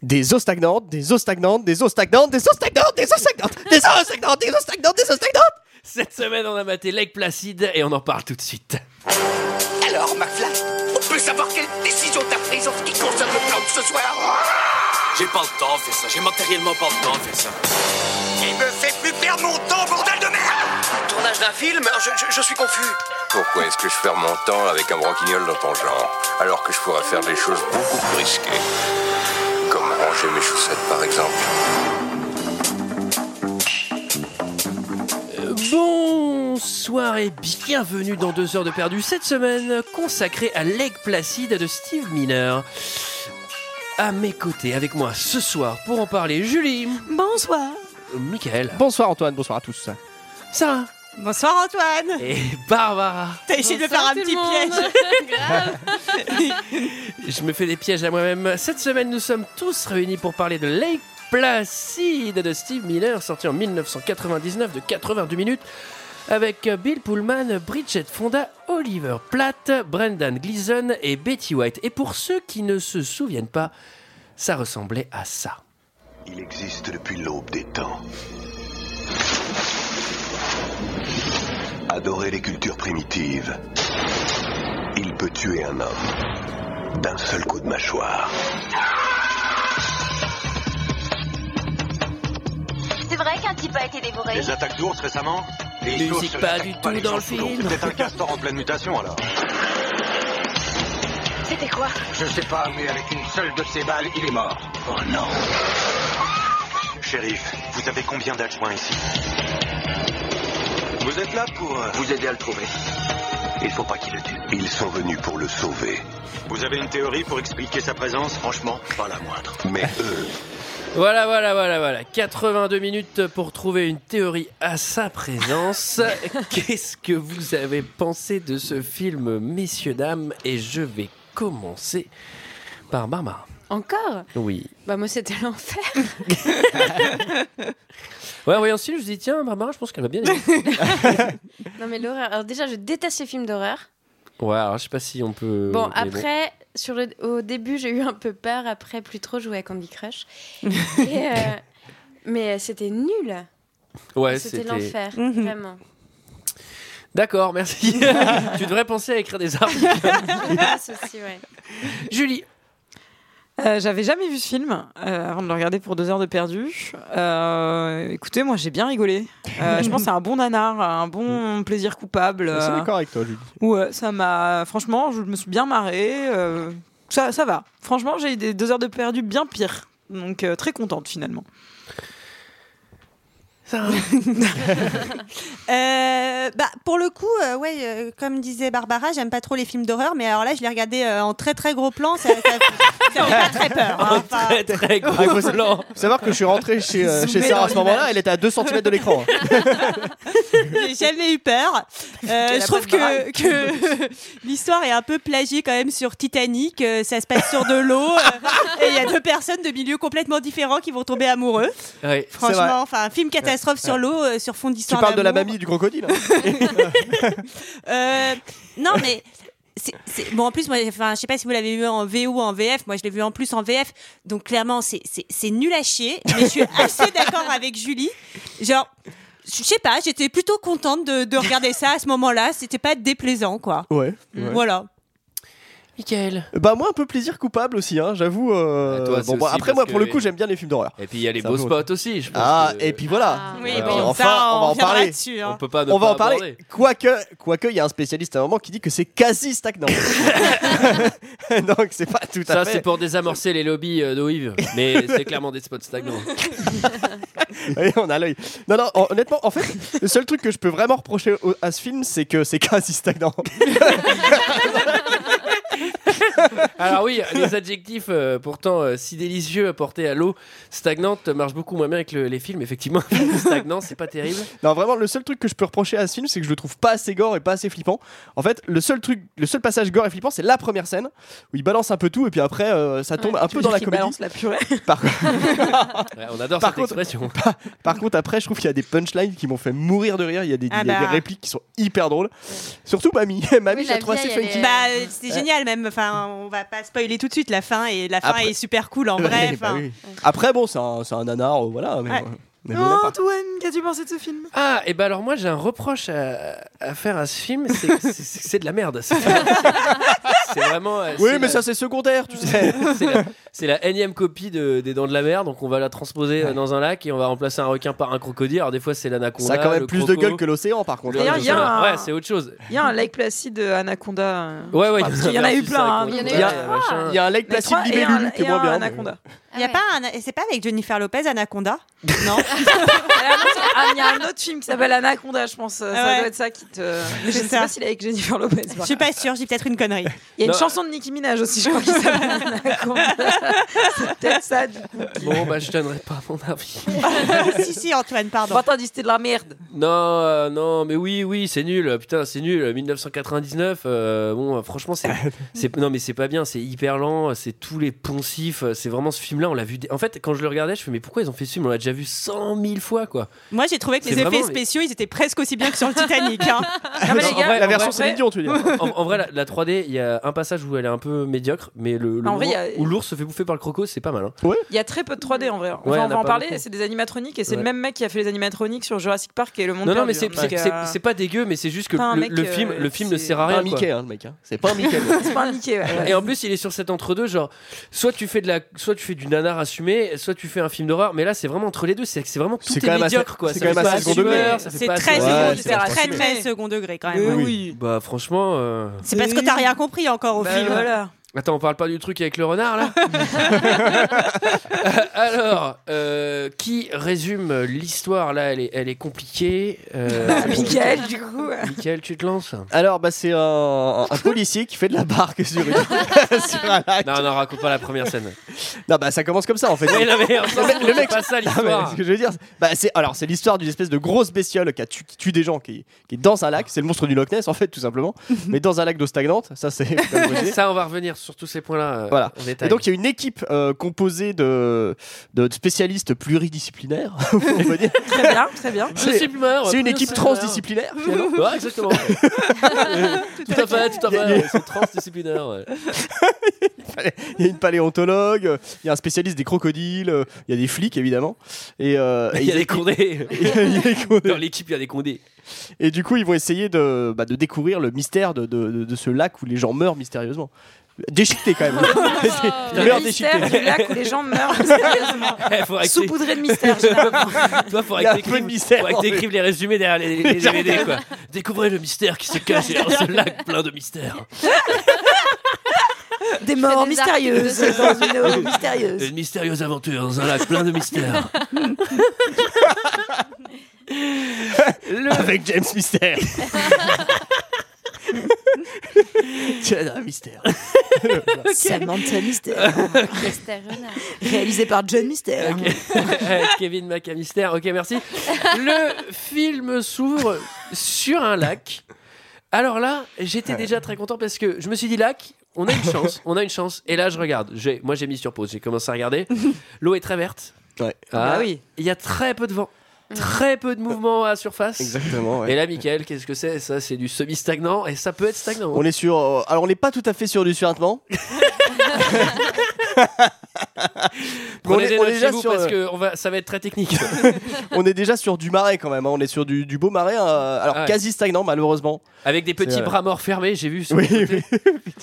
des eaux stagnantes, des eaux stagnantes, des eaux stagnantes, des eaux stagnantes, des eaux stagnantes, des eaux stagnantes, des eaux stagnantes, des eaux stagnantes. Cette semaine, on a maté Lake Placide et on en parle tout de suite. Alors, McFly, on peut savoir quelle décision t'as prise en ce qui concerne le plan de ce soir J'ai pas le temps de faire ça, j'ai matériellement pas le temps de faire ça. Il me fait plus perdre mon temps, bordel de merde Tournage d'un film Euh, je, je- je suis confus. Pourquoi est-ce que je perds mon temps avec un branquignol dans ton genre Alors que je pourrais faire des choses beaucoup plus risquées. Comme ranger mes chaussettes par exemple. Bonsoir et bienvenue dans 2 heures de perdu cette semaine consacrée à Lake Placide de Steve Miller. À mes côtés, avec moi ce soir pour en parler, Julie, Bonsoir. Michael, Bonsoir Antoine, bonsoir à tous. Sarah Bonsoir Antoine. et Barbara. T'as essayé de me faire un petit piège. piège. Je me fais des pièges à moi-même. Cette semaine, nous sommes tous réunis pour parler de Lake Placide de Steve Miller, sorti en 1999 de 82 minutes, avec Bill Pullman, Bridget Fonda, Oliver Platt, Brendan Gleeson et Betty White. Et pour ceux qui ne se souviennent pas, ça ressemblait à ça. Il existe depuis l'aube des temps. Adorer les cultures primitives, il peut tuer un homme d'un seul coup de mâchoire. C'est vrai qu'un type a été dévoré. Les attaques d'ours récemment Les Musique ours ne pas attaquent du tout les dans gens le sous l'eau. film. C'était un castor en pleine mutation alors. C'était quoi Je sais pas, mais avec une seule de ces balles, il est mort. Oh non. Shérif, vous avez combien d'adjoints ici Vous êtes là pour euh, vous aider à le trouver. Il faut pas qu'il le tue. Ils sont venus pour le sauver. Vous avez une théorie pour expliquer sa présence Franchement, pas la moindre. Mais eux, Voilà, voilà, voilà, voilà. 82 minutes pour trouver une théorie à sa présence. Qu'est-ce que vous avez pensé de ce film, messieurs, dames Et je vais commencer par Barbara. Encore Oui. Bah moi c'était l'enfer. Ouais, en voyant ce film, je me dis, tiens, Barbara, je pense qu'elle va bien. aimer. Non mais l'horreur. Alors déjà je déteste les films d'horreur. ouais, alors je sais pas si on peut. Euh, Bon mais après, sur le, au début j'ai eu un peu peur, après plus trop jouer à Candy Crush. Et, euh, mais euh, c'était nul. bon. Ouais, c'était l'enfer, Mhm. vraiment. D'accord, merci. tu devrais penser à écrire des articles. Je pense aussi, Ah, ouais. Julie. Euh, J'avais jamais vu ce film euh, avant de le regarder pour deux heures de perdu. Euh, écoutez, moi j'ai bien rigolé. Euh, je pense que c'est un bon nanar, un bon plaisir coupable. Je suis euh, d'accord avec toi, Julie. ouais, ça m'a. Franchement, je me suis bien marrée. euh, ça, ça va. Franchement, j'ai eu des deux heures de perdu bien pires. Donc euh, très contente finalement. Euh, bah, pour le coup, euh, ouais, euh, comme disait Barbara, j'aime pas trop les films d'horreur, mais alors là, je l'ai regardé euh, en très très gros plan, ça, ça- ça fait pas très peur. hein. Enfin, Très, très Ah, gros plan. Faut savoir que je suis rentré chez, euh, chez Zoomé Sarah dans à ce moment-là, elle était à 2 cm de l'écran. hein. j'ai jamais eu peur. Euh, je trouve que, que l'histoire est un peu plagiée quand même sur Titanic. euh, ça se passe sur de l'eau Ah, euh, et il y a deux personnes de milieux complètement différents qui vont tomber amoureux. Ouais. vrai. Franchement, enfin, un film catastrophe sur l'eau, euh, sur fond Tu d'histoire. parles de la d'amour. mamie du crocodile. hein. Euh, non, mais. c'est- c'est- Bon, en plus, moi, enfin, je sais pas si vous l'avez vu en VO ou en VF. Moi, je l'ai vu en plus en VF. Donc, clairement, c'est- c'est c'est nul à chier. Mais je suis assez d'accord avec Julie. Genre, je sais pas, j'étais plutôt contente de, de regarder ça à ce moment-là. C'était pas déplaisant, quoi. Ouais. Voilà. Michael. Bah moi un peu plaisir coupable aussi, hein, j'avoue. euh, Ah, toi, c'est bon, bon, aussi après moi parce pour que- le coup j'aime bien les films d'horreur. Et puis il y a les Ça beaux vaut. spots aussi, je pense. Ah que- et puis voilà. Euh, Ah. Oui, Ouais, bon, ouais. Enfin, ça, on va en reviendra parler. dessus, On hein. peut pas ne On va pas en parler. aborder. Quoique, quoique, il y a un spécialiste à un moment qui dit que c'est quasi stagnant. Donc c'est pas tout à Ça, c'est fait. pour désamorcer les lobbies euh, d'Oive, mais c'est clairement des spots stagnants. Allez, on a l'œil. Non, non, hon- honnêtement, en fait, le seul truc que je peux vraiment reprocher au- à ce film, c'est que c'est quasi stagnant. Alors oui, les adjectifs euh, pourtant euh, si délicieux apportés à l'eau stagnante marchent beaucoup moins bien avec le- les films, effectivement. Stagnant, c'est pas terrible. Non, vraiment, le seul truc que je peux reprocher à ce film, c'est que je le trouve pas assez gore et pas assez flippant. En fait, le seul truc, le seul passage gore et flippant, c'est la première scène où il balance un peu tout et puis après, euh, ça tombe un peu dans la Qui comédie. balance la purée. Par, Ouais, on adore Par cette contre- expression. par contre, après, je trouve qu'il y a des punchlines qui m'ont fait mourir de rire. Il y a des, Ah il y a des bah. répliques qui sont hyper drôles. Surtout Mamie. Mamie, Oui, je la la trouve assez vieille, elle funky. Euh, est- Bah, c'est génial, même. Enfin, on va pas spoiler tout de suite la fin et la fin Après- est super cool en Ouais, vrai. bah enfin. oui. Après, bon, c'est un, c'est un nanar, euh, voilà. Mais, hein. Ouais. mais bon, on aime pas. Oh, Antoine, qu'as-tu pensé de ce film Ah, et ben alors moi j'ai un reproche à, à faire à ce film, c'est c'est- c'est- c'est de la merde. C'est c'est vraiment. euh, Oui, c'est mais la- ça, c'est secondaire, tu sais. c'est la- c'est la, énième copie de, des Dents de la Mer, donc on va la transposer euh, dans un lac et on va remplacer un requin par un crocodile. Alors des fois c'est l'anaconda. Ça a quand même le plus de croco, gueule que l'océan, par contre. le- D'ailleurs, il y a un- Ouais, c'est autre chose. Il y a un Lake Placid de Anaconda. euh, Ouais, ouais. parce qu'il y en a eu plein, hein, Il y en a eu Il y a un Lake les Placid trois, et un, Libellule qui est et un moins bien. mais- Anaconda. Il y a Ah ouais. pas un, c'est pas avec Jennifer Lopez Anaconda Ah, non, c'est- ah, mais il y a un autre film qui s'appelle Anaconda, je pense. euh, Ça Ouais. doit être ça qui te. Mais je C'est ne sais ça. pas s'il est avec Jennifer Lopez. Je suis pas sûre, j'ai peut-être une connerie. Il y a une Non. chanson de Nicki Minaj aussi, je crois, qui s'appelle Anaconda. C'est peut-être ça. du coup. Bon, bah je donnerai pas mon avis. si si Antoine pardon. Bon, t'as dit c'était de la merde. Non, euh, non, mais oui, oui, c'est nul. Putain, c'est nul. 1999. euh, bon, euh, franchement, c'est, c'est- non, mais c'est pas bien. C'est hyper lent. C'est tous les poncifs. euh, C'est vraiment ce film-là. On l'a vu. des- En fait, quand je le regardais, je fais mais pourquoi ils ont fait ce film On l'a déjà vu 100 000 fois, quoi. Moi j'ai trouvé que C'est les effets vraiment- spéciaux ils étaient presque aussi bien que sur le Titanic. hein. Non, mais Non, les en gars, vrai, La en version Céline vrai- Dion, tu dis. en, en vrai, la, la 3D, il y a un passage où elle est un peu médiocre, mais le, le En vrai, moment il y a- où l'ours se fait bouffer par le croco, c'est pas mal. hein. il y a très peu de 3D en vrai. Enfin, Ouais, on on a va en pas parler. beaucoup. C'est des animatroniques et c'est le Ouais. même mec qui a fait les animatroniques sur Jurassic Park et le monde Non, non, perdu, mais hein. c'est, c'est, Donc, c'est- euh, c'est pas dégueu, mais c'est juste que pas un le, mec, le film, euh, le film ne c'est sert à Pas rien. un quoi. Mickey, hein, le mec. hein. C'est pas un Mickey. le- c'est pas indiqué. ouais. Et en plus, il est sur cet entre-deux, genre, soit tu fais de la, soit tu fais du nanar assumé, soit tu fais un film d'horreur, mais là, c'est vraiment entre les deux, c'est que c'est vraiment tout C'est est quand même assez- médiocre, quoi. c'est Ça quand fait même pas assez second degré. assumeur, ça fait C'est pas très, assez- Ouais, second, c'est c'est pas très assumé. très second degré quand même. Oui, Oui, oui. Bah, franchement, euh, C'est parce que t'as rien compris encore au Bah, film. voilà. attends, on parle pas du truc avec le renard, là Alors, euh, qui résume l'histoire, là, elle est, elle est compliquée. euh, Michael, du coup. Michael, tu te lances Non, Alors, bah, c'est un, un policier qui fait de la barque sur, une... sur un lac. Non. non, raconte pas la première scène. bah, ça commence comme ça, en fait. Mais non, mais on s'en Le mec- fout, c'est pas ça Ah, mais l'histoire. ce que je veux dire, c'est- bah, c'est alors c'est l'histoire d'une espèce de grosse bestiole qui, a tu- qui tue des gens, qui, qui est dans un lac. C'est le monstre du Loch Ness en fait, tout simplement, mais dans un lac d'eau stagnante. Ça c'est. comme vous dites. Ça, on va revenir sur tous ces points-là. euh, Voilà. en détail. Et donc il y a une équipe euh, composée de, de spécialistes pluridisciplinaires. on peut dire. Très bien, très bien. Je suis plus mort, C'est une plus équipe c'est transdisciplinaire. finalement. mort. Ouais, exactement. tout à fait, tout à fait. Ils sont transdisciplinaires. ouais. Il y a une paléontologue, euh, il y a un spécialiste des crocodiles, euh, il y a des flics évidemment. Et, euh, et Il y a ils- des condés. il y a- il y a des condés. Dans l'équipe, il y a des condés. Et du coup, ils vont essayer de, bah, de découvrir le mystère de, de- de- de ce lac où les gens meurent mystérieusement. Déchiqueté quand même. Ah, Ils meurent Le mystère déchiquetés. du lac où les gens meurent mystérieusement. Eh, faudrait que t'é- Saupoudré de mystère, généralement. Toi, faudrait Il y a un peu que de t'écrives- mystère, faudrait en que fait. t'écrives les résumés derrière les, les- les DVD. Quoi. Découvrez le mystère qui se cache derrière ce lac plein de mystères. Des morts Des mystérieuses dans une eau mystérieuse. Une mystérieuse aventure dans un lac plein de mystères. Avec James Mystère. C'est un mystère. Samantha Mystère, C'était oh, renard. réalisé par John Mystère. Euh, Kevin McAllister, ok merci. Le film s'ouvre sur un lac. Alors là, j'étais déjà très content parce que je me suis dit lac, on a une chance, on a une chance. Et là, je regarde. J'ai- Moi, j'ai mis sur pause, j'ai commencé à regarder. L'eau est très verte. Ouais. Ah, Bah oui. Il y a très peu de vent, très peu de mouvement à la surface. Exactement. Et là, Michael, qu'est-ce que c'est Ça, c'est du semi-stagnant et ça peut être stagnant. On est sur. euh, alors, on n'est pas tout à fait sur du surintement. Prenez on est- des on est notes chez déjà vous sur, parce euh, que on va, ça va être très technique. On est déjà sur du marais quand même. hein. On est sur du, du beau marais. euh, alors, Ah ouais. quasi stagnant, malheureusement. Avec des petits vrai. bras morts fermés, j'ai vu. sur Oui, le côté.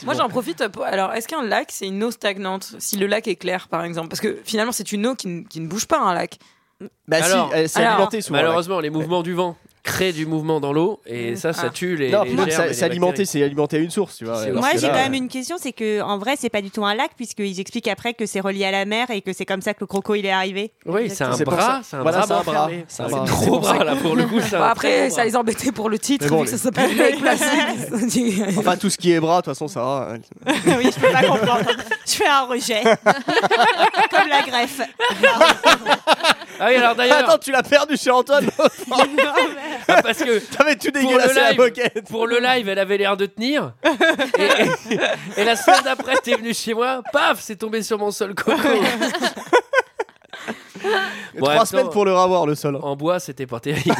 Moi j'en profite euh, pour. Alors est-ce qu'un lac c'est une eau stagnante Si le lac est clair par exemple Parce que finalement c'est une eau qui, ne- qui ne bouge pas un lac. Bah, Alors, si, euh, c'est alors, alimenté souvent. ouais. Malheureusement, les mouvements du vent créent du mouvement dans l'eau et ça, ça Ah. tue les. Non, les puis même, germes et ça- les c'est alimenté, bactéries. c'est alimenté à une source, tu vois. C'est- alors Parce Moi, que j'ai là, quand euh, même une question, c'est que en vrai, c'est pas du tout un lac puisqu'ils expliquent après que c'est relié à la mer et que c'est comme ça que le croco il est arrivé. Oui, c'est un C'est pour ça. bras, c'est un Voilà, bras. c'est un bras bras. fermé. C'est C'est un bras. un C'est pour gros ça bras là pour le coup. c'est un Bon, très après gros ça bras. les embêtait pour le titre Mais bon, vu que ça les- s'appelle Lake Placid. Enfin, tout ce qui est bras, de toute façon, ça va. hein. oui, je peux pas comprendre. Je fais un rejet. comme la greffe. Ah oui, alors Attends, d'ailleurs, tu l'as perdu chez Antoine. ah, parce que T'avais tout dégueulassé le la live. moquette. pour le live, elle avait l'air de tenir. Et, et- et la semaine d'après, t'es venu chez moi, paf, c'est tombé sur mon sol coco. Bon, en Trois même semaines temps, pour le ravoir, le sol. hein. En bois, c'était pas terrible.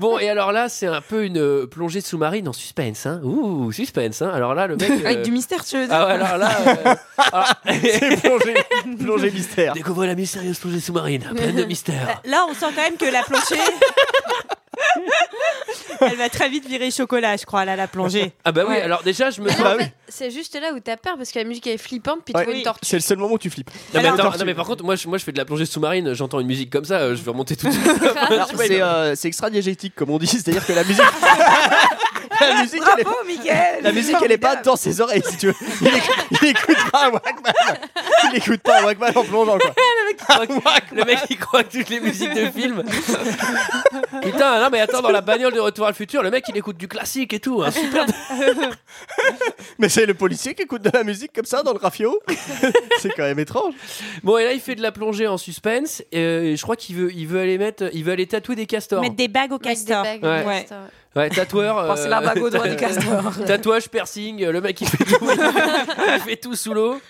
Bon, et alors là, c'est un peu une euh, plongée sous-marine en suspense. Hein. Ouh, suspense. Hein. Alors là, le mec. Avec euh, du mystère, tu veux dire Ah ouais, alors là. euh, alors- plongée, plongée mystère. Découvrez la mystérieuse plongée sous-marine, pleine de mystères. Là, on sent quand même que la plongée. Elle va très vite virer chocolat, je crois, là, la plongée. Ah bah oui, Ouais. alors déjà, je me. Bah oui. C'est juste là où t'as peur parce que la musique elle est flippante puis Ouais. tu vois une tortue. C'est le seul moment où tu flippes. Non, mais, Alors- attends, non, mais par contre, moi je, moi je fais de la plongée sous-marine, j'entends une musique comme ça, euh, je vais remonter tout de suite. Alors, c'est euh, c'est extra-diégétique, comme on dit, c'est-à-dire que la musique. la musique, elle est Bravo, Mickaël La musique, elle est pas dans ses oreilles, si tu veux. Il, éc- il écoute pas un Walkman. Il écoute pas un Walkman en plongeant, quoi. le mec il croit que toutes les musiques de films. Putain, non mais attends, dans la bagnole de Retour à le futur, le mec il écoute du classique et tout. hein, super. Mais c'est le policier qui écoute de la musique comme ça dans le rafio. c'est quand même étrange. Bon, et là il fait de la plongée en suspense, et, euh, je crois qu'il veut, il veut, aller mettre, il veut aller tatouer des castors. Mettre des bagues Oh, au Avec des castor. bagues, Ouais. des Ouais. castors, ouais. Ouais, tatoueur. euh, Enfin, c'est la bague au doigt du castor. Tatouage, piercing, euh, le mec il fait tout, il fait tout sous l'eau.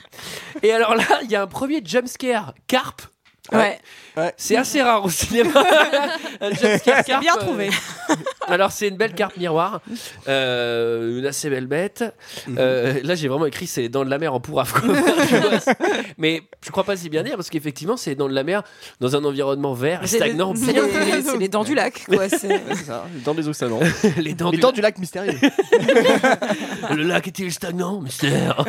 Et alors là, il y a un premier jumpscare, carpe. Ouais. C'est assez rare au cinéma. Un jumpscare carpe, Bien euh, trouvé. Alors c'est une belle carte miroir, euh, une assez belle bête. Euh, là j'ai vraiment écrit c'est les dents de la mer en pourrave. quoi. Mais je crois pas si bien dire parce qu'effectivement c'est les dents de la mer dans un environnement vert, et C'est les- stagnant, c'est bien les, c'est les dents du lac, quoi. c'est- c'est ça, dans des océans. les dents Les du dents du lac mystérieux. Le lac est-il stagnant, mystère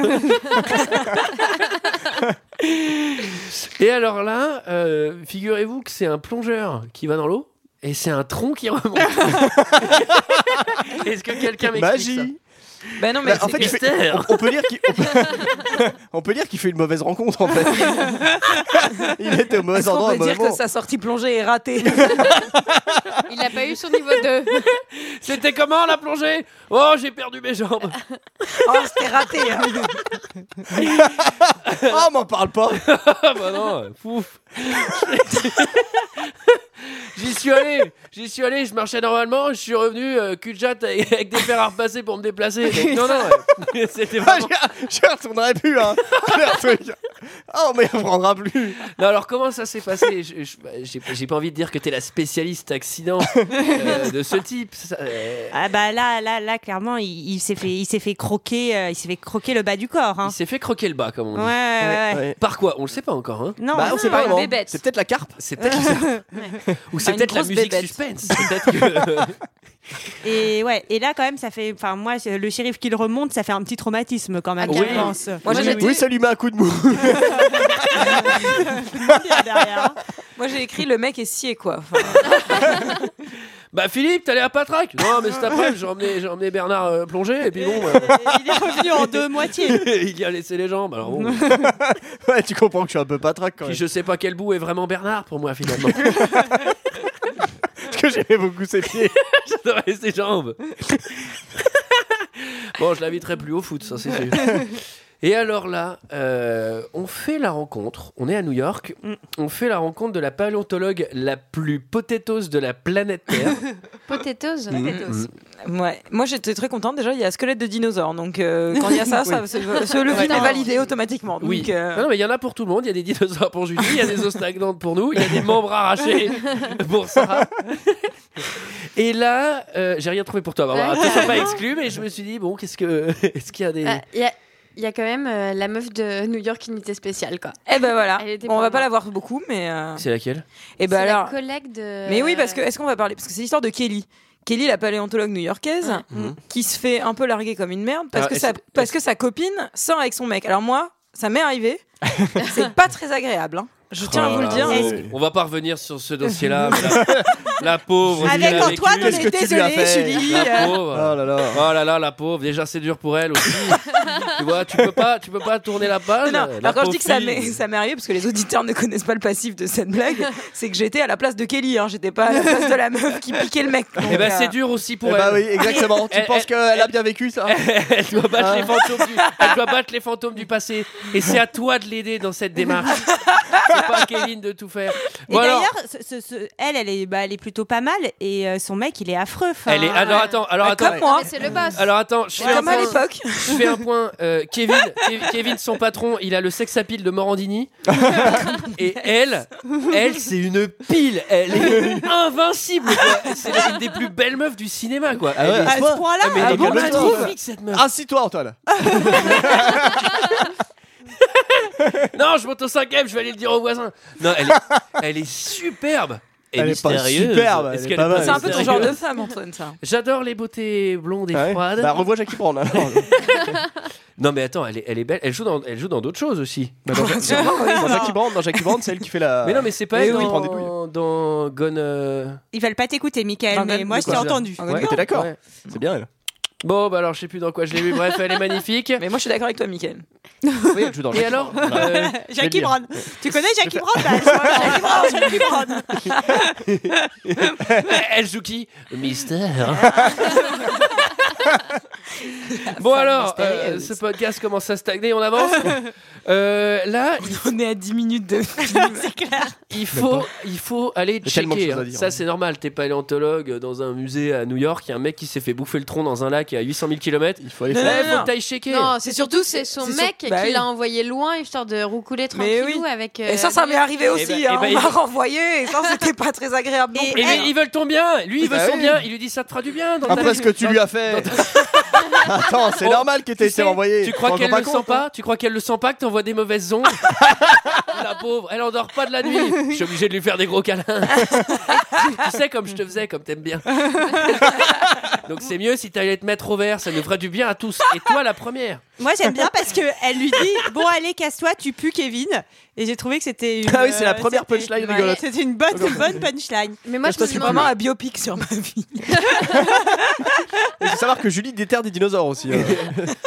Et alors là, euh, figurez-vous que c'est un plongeur qui va dans l'eau et c'est un tronc qui remonte. Est-ce que quelqu'un m'explique ça Magie. Bah non, mais Bah, en c'est- fait, il fait- Mystère. on, on peut dire qu'il on peut, on peut dire qu'il fait une mauvaise rencontre, en fait. il était au mauvais est-ce qu'on endroit au peut mauvais dire que moment. sa sortie plongée est ratée Il a pas eu son niveau 2. C'était comment la plongée Oh, j'ai perdu mes jambes. Oh, c'était raté hein. Ah, on m'en parle pas. Ah bah non, fouf. J'y suis allé, j'y suis allé, je marchais normalement, je suis revenu euh, cul de jatte avec avec des fers à repasser pour me déplacer. Donc, non, non, euh, c'était Ah, vraiment... je, je retournerai plus, hein. Leur truc. Ah, on m'y reprendra plus. Non, alors comment ça s'est passé Je- je- bah, J'ai j'ai pas envie de dire que t'es la spécialiste accident euh, de ce type. Ça, euh, Ah bah là, là, là, clairement, il, il s'est fait, il s'est fait croquer, euh, il s'est fait croquer le bas du Ah. corps. Hein. Il s'est fait croquer le bas, comme on Ouais, dit. ouais, ouais. Ouais. Par quoi On le sait pas encore. Hein. Non, Bah, on non. sait pas une non. bébête. C'est peut-être la carpe. C'est peut-être ça. Ou c'est une peut-être la grosse musique bébête. suspense. Peut-être que... Et ouais, et là quand même, ça fait, enfin moi, je- le shérif qui le remonte, ça fait un petit traumatisme quand même. Ah, je oui. pense. Moi, j'ai- Oui, ça lui met un coup de mou. derrière. Moi, j'ai écrit le mec est scié, quoi. Enfin, Bah Philippe, t'allais à Patraque Non, mais cet après j'ai emmené, j'ai emmené Bernard euh, plonger et puis bon, bah, Il est revenu en deux moitiés. il y a laissé les jambes. Alors bon, Ouais, tu comprends que je suis un peu patraque quand puis même. je sais pas quel bout est vraiment Bernard pour moi finalement. Parce que j'aimais beaucoup ses pieds. J'adorais ses jambes. bon, je l'inviterai plus au foot, ça c'est sûr. Et alors là, euh, on fait la rencontre, on est à New York, on fait la rencontre de la paléontologue la plus potétose de la planète Terre. Potatoes. Mmh. ouais. Moi, j'étais très contente. Déjà, il y a squelette de dinosaure. Donc, euh, quand il y a ça, ça se- se- le film est validé automatiquement. Oui. Donc, euh, Ah non, mais il y en a pour tout le monde. Il y a des dinosaures pour Julie, il y a des os stagnantes pour nous, il y a des membres arrachés pour Sarah. Et là, euh, j'ai rien trouvé pour toi, Barbara. Ouais. T'es pas exclu, mais je me suis dit, bon, qu'est-ce que. Est-ce qu'il y a des. Ah, Il y a- il y a quand même euh, la meuf de New York unité spéciale quoi. Eh ben voilà. Elle était Bon, on pas va pas mal. la voir beaucoup, mais. euh, C'est laquelle Eh ben C'est la alors. collègue de. Mais oui, Euh. parce que est-ce qu'on va parler Parce que c'est l'histoire de Kelly. Kelly, la paléontologue new-yorkaise, Mhm. qui se fait un peu larguer comme une merde parce, Alors, que, est-ce- sa, parce que sa copine sort avec son mec. Alors, moi, ça m'est arrivé. c'est pas très agréable. hein. Je tiens à vous le Oh là dire. là. On va pas revenir sur ce dossier-là. mais la, la pauvre. ce qu'elle Avec a Antoine, on vécu. Qu'est-ce est que euh. tu lui as désolé, fait Julie. La Oh pauvre. là là. Oh là là, la pauvre. Déjà, c'est dur pour elle aussi. tu vois, tu peux pas, tu peux pas tourner la page. Non, La alors quand je pauvre dis que ça fille. m'est ça m'est arrivé, parce que les auditeurs ne connaissent pas le passif de cette blague, c'est que j'étais à la place de Kelly, hein, j'étais pas à la place de la meuf qui piquait le mec. Eh ben, Donc, c'est euh, dur aussi pour Eh elle. bah oui, exactement. tu Elle- penses elle- qu'elle a bien vécu ça Elle doit, battre Ah. les fantômes du, elle doit battre les fantômes du passé. Et c'est à toi de l'aider dans cette démarche. C'est pas à Kevin de tout faire. Et Bon, alors, d'ailleurs, ce- ce- ce- elle, elle est, bah, elle est plutôt pas mal, et euh, son mec, il est affreux. enfin. elle est. Alors attends, alors Comme attends. euh, Ah, moi, euh, Mais c'est le boss. Alors attends, je fais, un comme à point, l'époque. je fais un point point, euh, Kevin, Kev- Kevin, son patron, il a le sexapile de Morandini. et elle, elle, c'est une pile. Elle est invincible. quoi. C'est l'une des plus belles meufs du cinéma, quoi. Ah ouais, Elle est- à ce point-là mais Ah elle est bon, tu magnifique, trouves cette meuf. Assis-toi, Ah, Antoine. Non, je monte au cinquième, je vais aller le dire au voisin. Non, elle est, elle est superbe. Et Elle est pas mystérieuse. superbe, elle Est-ce est qu'elle pas est pas mal. C'est un peu ton mystérieuse genre de femme, Antoine, ça. J'adore les beautés blondes et Ah ouais froides. Bah, revois Jackie Brown. alors. Ah, Non, mais attends, elle est, elle est belle. Elle joue dans, elle joue dans d'autres choses aussi. Bah, dans, dans Jackie Brown, dans Jackie Brown, c'est elle qui fait la. mais non, mais c'est pas Mais elle eh oui, il prend des dans, dans Gone. euh, Ils veulent pas t'écouter, Michael, Dans mais Gone- moi de je t'ai quoi entendu. Ah, Mais t'es d'accord Ouais. C'est bien elle. Bon, bah alors, je sais plus dans quoi je l'ai vu. Bref, elle est magnifique. Mais moi, je suis d'accord avec toi, Mickaël. Oui, elle joue dans Et Jackie alors Brown. Voilà. euh, vais le Jackie dire. Brown. Tu connais Jackie Brown là Jackie Brown, Jackie Brown. Euh, Elle joue qui Mystère. bon alors, euh, ce podcast commence à stagner, on avance. Euh, là, il- On est à 10 minutes de. C'est clair. il faut, il faut aller J'ai tellement de checker. choses à hein. dire. Ça c'est normal, t'es paléontologue dans un musée à New York, il y a un mec qui s'est fait bouffer le tronc dans un lac à 800 000 km. Il faut aller Non, faire. non, Eh, faut non. que t'ailles checker. Non, c'est surtout c'est son c'est mec sur- bah qui oui. l'a envoyé loin histoire de roucouler Mais tranquillou avec. euh, Et ça, ça m'est arrivé aussi. ben- eh hein, ben, on m'a il- renvoyé et ça, c'était pas très agréable. non Et- plus. Et lui, ils veulent ton bien. Lui, il veut Bah son oui. bien. Il lui dit ça te fera du bien. Dans ta Après vie. ce que tu lui as fait. Attends, c'est Oh, normal que t'aies Tu été sais, renvoyé. Tu crois T'en qu'elle rends le sent compte, hein pas Tu crois qu'elle le sent pas que t'envoies des mauvaises ondes La pauvre, elle endort pas de la nuit. Je suis obligé de lui faire des gros câlins. tu sais comme je te faisais, comme t'aimes bien. Donc c'est mieux si t'allais te mettre au vert, ça nous ferait du bien à tous. Et toi la première. Moi j'aime bien parce que elle lui dit bon allez casse-toi, tu pues Kevin. Et j'ai trouvé que c'était une, Ah oui, c'est la euh, première c'était- punchline ouais, rigolote. C'était une bonne, une bonne punchline. Mais moi, je Toi, me tu demande. Vraiment un biopic sur ma vie. Il faut savoir que Julie déterre des dinosaures aussi. euh.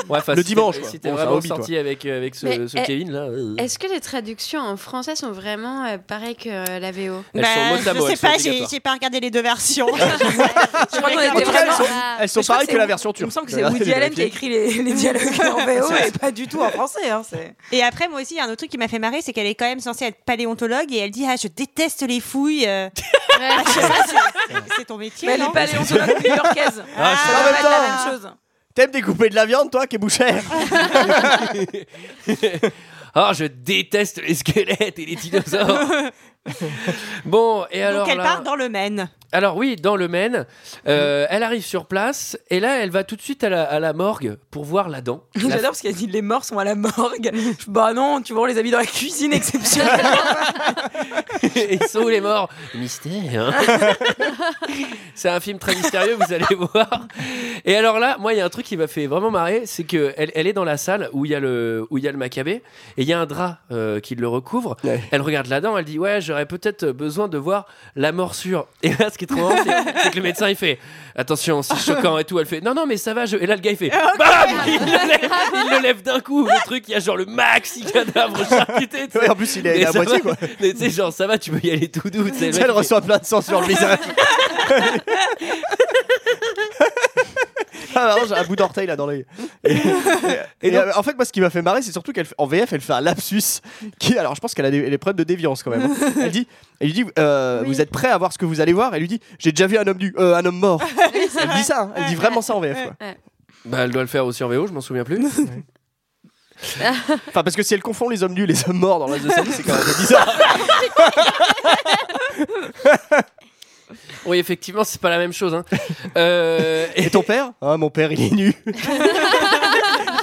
Ouais, enfin, Le si t'es- dimanche, quoi. Si t'es Bon, c'est un vraiment hobby, toi. sorti avec, euh, avec ce, Mais ce eh, est- Kevin là. euh, Est-ce que les traductions en français sont vraiment euh, pareilles que euh, la VO Elles sont mot à mot, bah, je elles sont sais pas, j'ai obligatoires. j'ai pas regardé les deux versions. Je crois qu'on En était tout cas, elles vraiment. sont, Ah. elles sont Mais je crois pareilles que que la c'est- version Il turque. me semble que J'ai c'est regardé, Woody j'ai Allen qui a vérifié. écrit les, les dialogues en VO et pas du tout en français. Hein, c'est- Et après, moi aussi, il y a un autre truc qui m'a fait marrer, c'est qu'elle est quand même censée être paléontologue et elle dit Ah, je déteste les fouilles. euh. Ouais. Ah, je sais pas si c'est- c'est ton métier. Mais elle non est paléontologue new-yorkaise. Ah, Ça en même va pas être la temps. même chose. T'aimes découper de la viande, toi, qui est bouchère Ah, je déteste les squelettes et les dinosaures. bon, et alors Donc elle là- part dans le Maine. Alors oui, dans le Maine, euh, elle arrive sur place et là, elle va tout de suite à la, à la morgue pour voir la dent. La- J'adore parce qu'elle dit les morts sont à la morgue. Je- Bah non, tu vois, on les a mis dans la cuisine exceptionnelle. Ils sont où les morts Mystère. hein. c'est un film très mystérieux, vous allez voir. Et alors là, moi, il y a un truc qui m'a fait vraiment marrer, c'est que elle, elle est dans la salle où il y a le où il y a le macabé et il y a un drap euh, qui le recouvre. Ouais. Elle regarde la dent, elle dit ouais, j'aurais peut-être besoin de voir la morsure. Et là, ce qui est trop marrant, c'est c'est que le médecin il fait attention, c'est choquant et tout. Elle fait non non mais ça va. Je... Et là, le gars il fait bam, il le lève, il le lève d'un coup. Le truc, il y a genre le maxi cadavre charcuté. tu sais. Ouais, En plus, il Mais est à ça moitié, va. quoi. Mais tu sais, genre, ça va, tu peux y aller tout doux. tu sais, le mec, Elle il fait- reçoit plein de sang sur le visage. Ah, vraiment, j'ai un bout d'orteil là dans l'œil. Et, et- et, euh, en fait, moi, ce qui m'a fait marrer, c'est surtout qu'en VF, elle fait un lapsus. Qui, alors, je pense qu'elle a des, elle est preuve de déviance quand même. hein. Elle dit, elle lui dit, euh, Oui. vous êtes prêt à voir ce que vous allez voir Elle lui dit, j'ai déjà vu un homme nu, euh, un homme mort. elle dit ça, hein, elle dit vraiment ça en VF. Quoi. Bah, elle doit le faire aussi en VO, je m'en souviens plus. Enfin, parce que si elle confond les hommes nus, et les hommes morts dans la de sa vie, c'est quand même un peu bizarre. oui, effectivement, c'est pas la même chose. hein. Euh, Et ton père Ah, mon père, il est nu.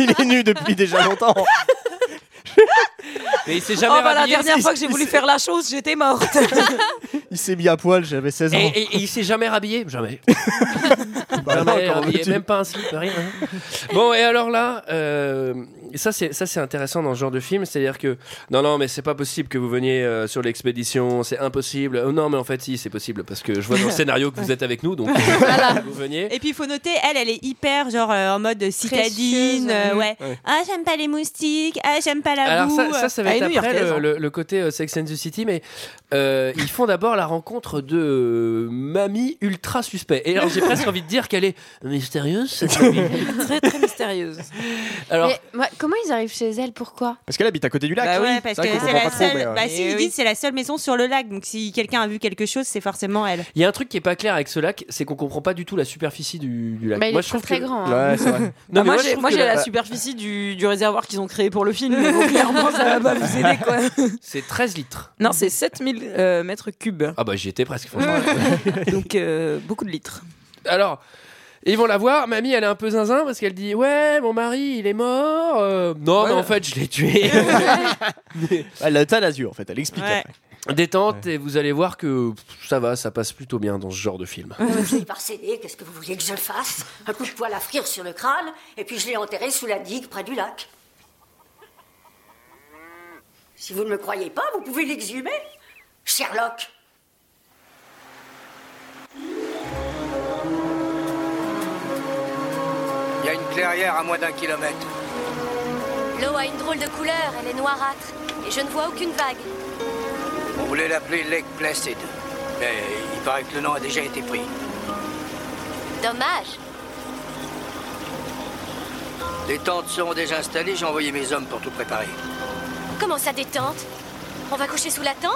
il est nu depuis déjà longtemps. mais il s'est Oh jamais bah la rhabillé. dernière c'est- fois que j'ai voulu faire la chose, j'étais morte. Il s'est mis à poil, j'avais 16 ans. Et, et- et il s'est jamais rhabillé Jamais. Bah, non, jamais comment rhabillé, veux-tu euh, même pas un slip, rien. hein. Bon, et alors là, euh, ça c'est ça, c'est intéressant dans ce genre de film, c'est-à-dire que non, non, mais c'est pas possible que vous veniez euh, sur l'expédition, c'est impossible. Oh, non, mais en fait, si, c'est possible, parce que je vois dans le scénario que vous êtes avec nous, donc euh, vous veniez. Et puis il faut noter, elle, elle est hyper genre euh, en mode citadine. euh, ouais. Ah, j'aime pas les moustiques. Ah, j'aime pas la Alors boue. ça, ça, ça va Elle être est après new-yorkaise, le, hein. le- le côté euh, Sex and the City, mais euh, ils font d'abord la rencontre de euh, mamie ultra suspect. Et alors j'ai presque envie de dire qu'elle est mystérieuse. Cette mamie. très très mystérieuse. Alors Mais moi, Comment ils arrivent chez elle Pourquoi Parce qu'elle habite à côté du lac. Bah ouais, parce que C'est vrai qu'on c'est comprend pas la trop, seule. mais, euh, Bah si, Eh ils oui. disent c'est la seule maison sur le lac. Donc si quelqu'un a vu quelque chose, c'est forcément elle. Il y a un truc qui est pas clair avec ce lac, c'est qu'on comprend pas du tout la superficie du, du lac. Bah, il moi, est je trouve très que- grand. hein. Ouais, c'est vrai. Non, mais Bah, moi, je j'ai trouve moi, que j'ai la la- superficie du, du réservoir qu'ils ont créé pour le film. donc clairement, ça va pas vous aider quoi. C'est 13 litres. Non, c'est 7000 euh, mètres cubes. Ah bah j'y étais presque. franchement. Donc euh, beaucoup de litres. Alors, ils vont la voir. Mamie, elle est un peu zinzin parce qu'elle dit Ouais, mon mari, il est mort. euh, non, mais en fait, je l'ai tué. Elle a Thanasu, en fait, elle explique. Ouais. après. Détente, et vous allez voir que pff, ça va, ça passe plutôt bien dans ce genre de film. Je me suis parcellée, qu'est-ce que vous vouliez que je fasse Un coup de poil à frire sur le crâne, et puis je l'ai enterré sous la digue près du lac. Si vous ne me croyez pas, vous pouvez l'exhumer. Sherlock Il y a une clairière à moins d'un kilomètre. L'eau a une drôle de couleur, elle est noirâtre, et je ne vois aucune vague. On voulait l'appeler Lake Placid. Mais il paraît que le nom a déjà été pris. Dommage. Les tentes seront déjà installées, j'ai envoyé mes hommes pour tout préparer. Comment ça détente On va coucher sous la tente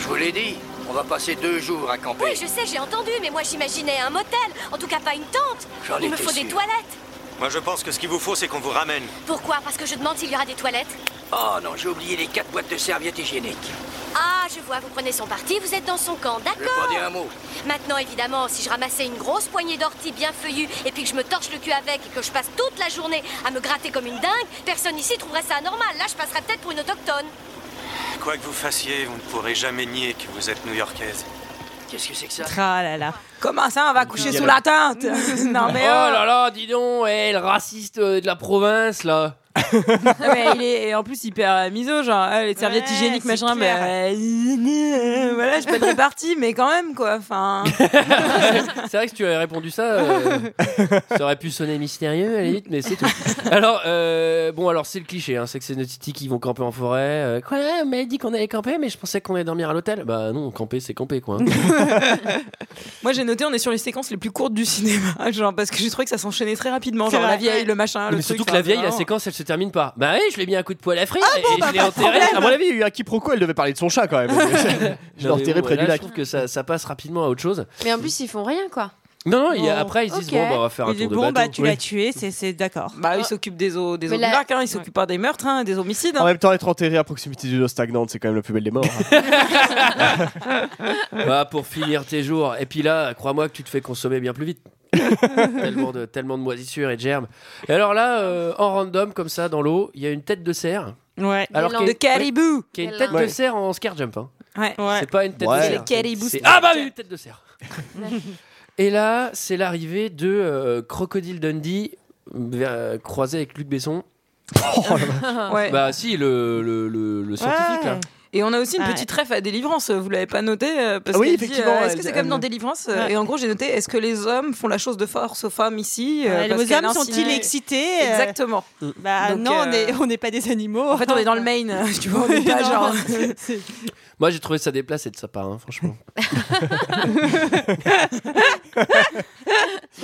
Je vous l'ai dit, on va passer deux jours à camper. Oui, je sais, j'ai entendu, mais moi j'imaginais un motel, en tout cas pas une tente. J'en Il me étais faut des sûr. toilettes. Moi, je pense que ce qu'il vous faut, c'est qu'on vous ramène. Pourquoi Parce que je demande s'il y aura des toilettes. Oh non, j'ai oublié les quatre boîtes de serviettes hygiéniques. Ah, je vois, vous prenez son parti, vous êtes dans son camp, Je vais pas dire un d'accord mot. Maintenant, évidemment, si je ramassais une grosse poignée d'orties bien feuillues et puis que je me torche le cul avec et que je passe toute la journée à me gratter comme une dingue, personne ici trouverait ça anormal. Là, je passerais peut-être pour une autochtone. Quoi que vous fassiez, vous ne pourrez jamais nier que vous êtes new-yorkaise. Qu'est-ce que c'est que ça Ah là là. Comment ça, on va coucher sous la tente Non Oh euh, mais, oh. là là, dis donc, eh, le raciste euh, de la province là. Non, Ah, mais il est et en plus hyper euh, miso, genre ah, les serviettes Ouais, hygiéniques c'est machin. clair. Mais euh, euh, voilà, je peux être partie, mais quand même quoi. Enfin, C'est vrai que si tu avais répondu ça, euh, ça aurait pu sonner mystérieux à la limite, mais c'est tout. Alors, euh, bon, alors c'est le cliché, hein, c'est que c'est nos titis qui vont camper en forêt. euh, quoi, on m'avait dit qu'on allait camper, mais je pensais qu'on allait dormir à l'hôtel. Bah non, camper, c'est camper quoi. moi j'ai noté on est sur les séquences les plus courtes du cinéma, genre parce que j'ai trouvé que ça s'enchaînait très rapidement, C'est genre la vrai. vieille, le Ah, machin, le mais truc, surtout que la enfin, vieille, la vraiment. séquence, elle se termine par Bah oui, je l'ai mis un coup de poêle à frire et je l'ai enterré. Ah À mon avis, il y a eu un quiproquo, elle devait parler de son chat quand même. je l'ai Non, mais enterré bon, près là, du lac. Je trouve que ça, ça passe rapidement à autre chose. Mais en plus, ils font rien, quoi. Non, non, il y a- après, ils se disent Ok. Bon, bah, on va faire un Il dit tour de bon bateau. bah tu Oui. l'as tué, c'est- c'est d'accord. Bah, il s'occupe des eaux, des Mais eaux la- du lac, hein, il s'occupe pas des meurtres, hein, des homicides. hein. En même temps, être enterré à proximité d'une eau stagnante, c'est quand même la plus belle des morts. hein. Bah, pour finir tes jours. Et puis là, crois-moi que tu te fais consommer bien plus vite. tellement, de, tellement de moisissures et de germes. Et alors là, euh, en random, comme ça, dans l'eau, il y a une tête de cerf. Ouais. Alors Des qu'il y De a- caribou. qu'il y a une Des tête de langues. cerf en scare jump. hein. Ouais. C'est pas une tête Ouais. de C'est cerf. les caribous. C'est- Ah bah oui, une tête de cerf. et là, c'est l'arrivée de euh, Crocodile Dundee euh, croisé avec Luc Besson. Ouais. Bah si, le, le, le, le scientifique. Ouais. là. Et on a aussi une Ah ouais. petite ref à Délivrance, vous l'avez pas noté euh, parce Ah oui, qu'elle dit, effectivement, euh, Est-ce elle- que c'est comme dans elle- Délivrance euh, Ouais. Et en gros, j'ai noté est-ce que les hommes font la chose de force aux femmes ici euh, Euh, parce les qu'elle hommes sont-ils insinuait- excités euh, Exactement. Mm. Bah Donc, non, euh, on est- on n'est pas des animaux. En fait, on est dans le Maine, tu vois, on est pas Non, genre. c'est- c'est- Moi j'ai trouvé ça déplacé de sa part, hein, franchement.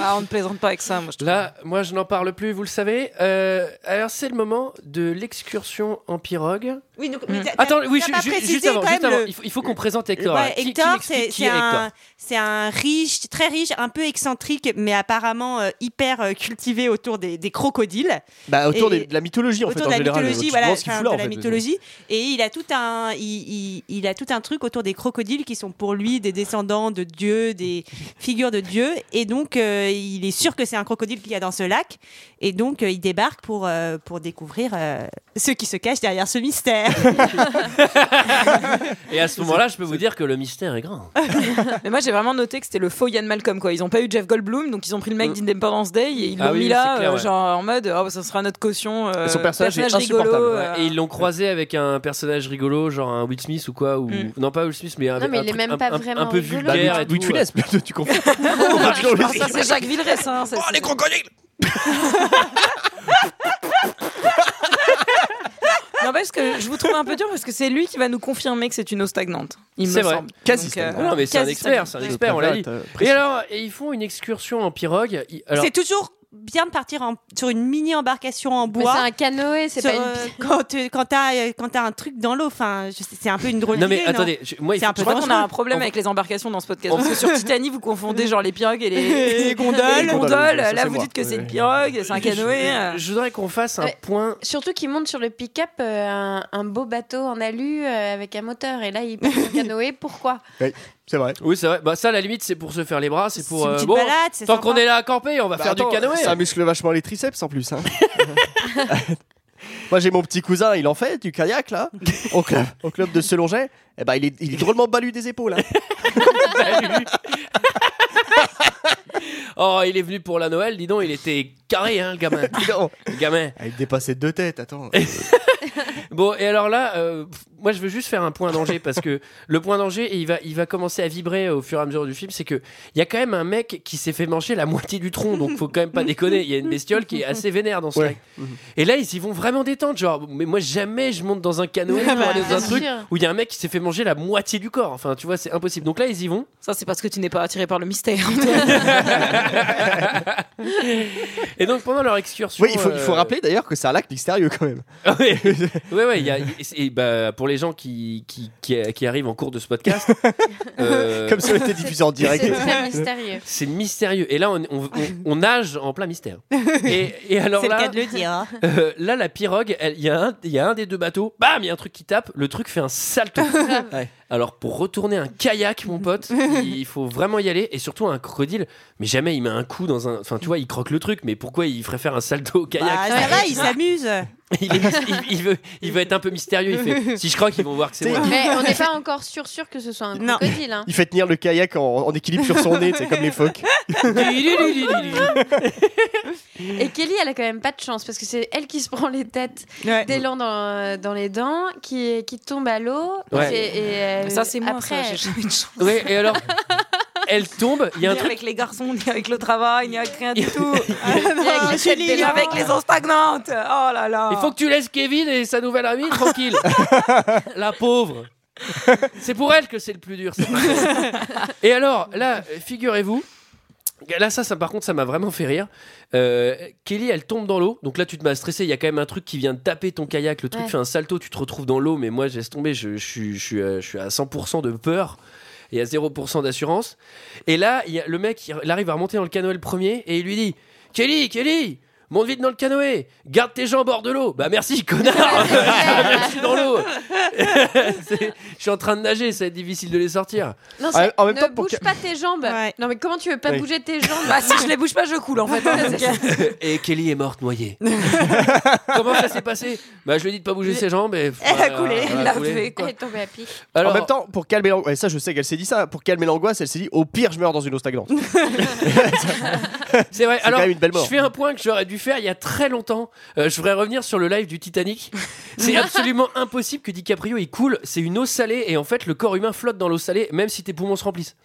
Ah, on ne plaisante pas avec ça, moi je trouve. Là, moi je n'en parle plus, vous le savez. Euh, alors c'est le moment de l'excursion en pirogue. Oui, donc, Mm. mais t'as- t'as- Attends, oui, ju- t'as Eh, pas ju- précisé juste avant, quand juste même avant. le- Il faut, il faut qu'on présente Hector. là. Ouais, Qui- qui Hector, m'explique c'est qui c'est est Hector un, c'est un riche, très riche, un peu excentrique, mais apparemment euh, hyper euh, cultivé autour des, des crocodiles, Bah, autour Et- des- de la mythologie en fait, autour de en la général. mythologie, tu voilà, demandes ce qu'il enfin, fout de là, en la fait. mythologie. Et il a tout un, il, il- il a tout un truc autour des crocodiles qui sont pour lui des descendants de dieux, des figures de dieux. Et donc, euh, il est sûr que c'est un crocodile qu'il y a dans ce lac. Et donc, euh, il débarque pour euh, pour découvrir euh, ce qui se cache derrière ce mystère. Et à ce moment-là, je peux vous dire que le mystère est grand. Mais moi j'ai vraiment noté que c'était le faux Ian Malcolm quoi. Ils ont pas eu Jeff Goldblum donc ils ont pris le Euh. mec d'Independence Day et ils l'ont Ah oui, mis oui, là c'est clair, euh, ouais. genre en mode oh, bah, ça sera notre caution. euh, Et son personnage est rigolo. insupportable, ouais. euh, Et ils l'ont croisé avec un personnage rigolo, genre un Will Smith ou quoi, ou Mm. non pas Will Smith, mais un, Non, mais un il est truc même un- pas un- un vraiment peu rigolo. vulgaire. Bah, et Louis de tout. Funès, plutôt, tu comprends On va toujours le ah, ça, c'est Jacques Villeres hein, Oh, ça, c'est- crocodiles Non parce que je vous trouve un peu dur parce que c'est lui qui va nous confirmer que c'est une eau stagnante. Il me C'est vrai. semble. Quasi Donc, stagnante. Non, mais c'est un quasi expert, stagnante. c'est un Je expert, on l'a préfère dit. être, euh, Et précis. alors, et ils font une excursion en pirogue. Ils- alors- C'est toujours bien de partir en- sur une mini embarcation en Mais bois. c'est un canoë, c'est Sur, pas une euh, pirogue. Quand tu- quand t'as euh, quand t'as un truc dans l'eau, enfin, je sais- c'est un peu une drôle Non, mais d'idée, attendez, je- moi, il c'est faut- un peu je pense dangereux. On a un problème avec les embarcations dans ce podcast. Parce que sur Titanie, vous confondez genre les pirogues et les, Les gondoles. et les gondoles. Ça, c'est Là, vous moi. dites que c'est Ouais. une pirogue, c'est un canoë. hein. euh. Je voudrais qu'on fasse un Ouais. point. Surtout qu'il monte sur le pick-up euh, un, un beau bateau en alu euh, avec un moteur. Et là, il passe en canoë. Pourquoi Oui, c'est vrai. Oui, c'est vrai. Bah, ça, à la limite, c'est pour se faire les bras, c'est pour. une euh, petite bon, balade, c'est tant sympa. qu'on est là à camper, on va Bah, faire attends, du canoë. Ça muscle vachement les triceps en plus. hein. Moi j'ai mon petit cousin, il en fait du kayak là, au club, au club de Selonget. Et ben il est, il est drôlement balu des épaules. hein. Oh, il est venu pour la Noël, dis donc, il était carré, hein, le gamin. donc. Le gamin. Ah, il dépassait deux têtes, attends. Bon, et alors là, euh, pff, moi je veux juste faire un point danger parce que le point danger, et il va, il va commencer à vibrer au fur et à mesure du film, c'est que il y a quand même un mec qui s'est fait manger la moitié du tronc, donc faut quand même pas déconner. Il y a une bestiole qui est assez vénère dans ce Ouais. lac. Et là, ils y vont vraiment détendre, genre, mais moi jamais je monte dans un canoë pour Bah, aller dans un bien truc sûr. où il y a un mec qui s'est fait manger la moitié du corps. Enfin, tu vois, c'est impossible. Donc là, ils y vont. Ça, c'est parce que tu n'es pas attiré par le mystère. Et donc pendant leur excursion. Oui, il faut, il faut euh, rappeler d'ailleurs que c'est un lac mystérieux quand même. ouais, ouais, ouais, il y a- et bah, pour les gens qui, qui, qui, qui arrivent en cours de ce podcast, euh, Comme si on était diffusé en direct. C'est très mystérieux. c'est mystérieux. Et là, on, on- on- on nage en plein mystère. Et, et alors C'est le là, cas de le dire. hein. euh, là, la pirogue, elle- il y, a un- il y a un des deux bateaux, bam, il y a un truc qui tape, le truc fait un salto. Ouais. Alors pour retourner un kayak, mon pote, il faut vraiment y aller. Et surtout un crocodile, mais jamais il met un coup dans un. Enfin, tu vois, il croque le truc, mais pourquoi il ferait faire un salto au kayak Bah, ça va, il s'amuse. il, est- il- il veut, il veut être un peu mystérieux. Il fait, si je croque, ils vont voir que c'est moi. Mais on n'est pas encore sûr, sûr que ce soit un Non. crocodile. hein. Il fait tenir le kayak en, en équilibre sur son nez, c'est comme les phoques. Et Kelly, elle a quand même pas de chance parce que c'est elle qui se prend les têtes Ouais. Mm. d'élan dans, dans les dents, qui, qui tombe à l'eau. Ouais. Et, et, euh, ça, c'est moi. ça, Après, J'ai jamais de chance. Ouais, et alors, elle tombe. Il y a un Ni truc. avec les garçons, ni avec le travail, ni avec rien du tout. Ah, Ni avec non, les Julie, têtes des avec gens. les eaux stagnantes. Oh là là. Il faut que tu laisses Kevin et sa nouvelle amie tranquille. La pauvre. C'est pour elle que c'est le plus dur. c'est pas elle. Et alors, là, figurez-vous. Là, ça, ça, par contre, ça m'a vraiment fait rire. Euh, Kelly, elle tombe dans l'eau. Donc là, tu te m'as stressé. Il y a quand même un truc qui vient de taper ton kayak. Le truc Ouais. fait un salto. Tu te retrouves dans l'eau. Mais moi, j'ai tombé. Je, je suis, je, suis, euh, je suis à 100% de peur et à 0% d'assurance. Et là, il y a, le mec, il il arrive à remonter dans le canoë le premier et il lui dit Kelly, Kelly, monte vite dans le canoë, garde tes jambes hors de l'eau. Bah merci, connard, je suis dans l'eau. C'est- Je suis en train de nager, ça va être difficile de les sortir. non, c'est- en même ne temps, pour bouge que- pas tes jambes. Ouais. Non, mais comment tu veux pas Oui. bouger tes jambes Bah, si je les bouge pas, je coule en fait. hein, donc, euh, Et Kelly est morte noyée. Comment ça s'est passé Bah je lui ai dit de pas bouger ses jambes et. Elle a coulé, elle a coulé. Eh, fait, Elle quoi. est tombée à pic. Oh, Alors, En même temps, pour calmer l'angoisse, ouais, ça je sais qu'elle s'est dit ça, pour calmer l'angoisse, elle s'est dit au pire je meurs dans une eau stagnante. C'est vrai. C'est Alors, quand même une belle mort. je fais un point que j'aurais dû faire il y a très longtemps. Euh, je voudrais revenir sur le live du Titanic. C'est absolument impossible que DiCaprio il coule. C'est une eau salée et en fait, le corps humain flotte dans l'eau salée, même si tes poumons se remplissent.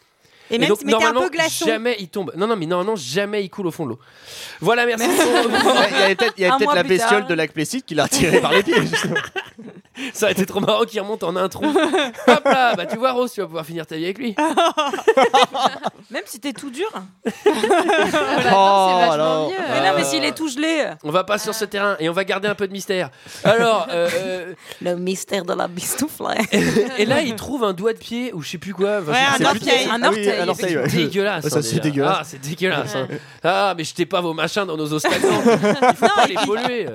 Et même donc, si mais t'es un normalement, peu glaçon. jamais il tombe. Non, non, mais normalement, jamais il coule au fond de l'eau. Voilà, merci. il y avait peut-être il y avait Un peut-être mois la plus bestiole tard. de lac Placide qui l'a tiré par les pieds. justement. Ça a été trop marrant qu'il remonte en un tronc. Hop là, bah tu vois, Rose, tu vas pouvoir finir ta vie avec lui. Même si t'es tout dur. Ah bah non, c'est Oh, vachement alors. mieux. Mais non, mais Euh. s'il est tout gelé. On va pas sur ce terrain et on va garder un peu de mystère. Alors, euh, euh, Le mystère de la bistoufle. et là, il trouve un doigt de pied ou je sais plus quoi. Enfin, Ouais, je- un c'est C'est orteil. plutôt- Un Ah oui, orteil, un orteil, ouais. dégueulasse. Ouais, ça, hein, c'est déjà. dégueulasse. Ah, c'est dégueulasse. hein. Ouais. Ah, mais jetez pas vos machins dans nos eaux stagnantes. Il faut pas les polluer.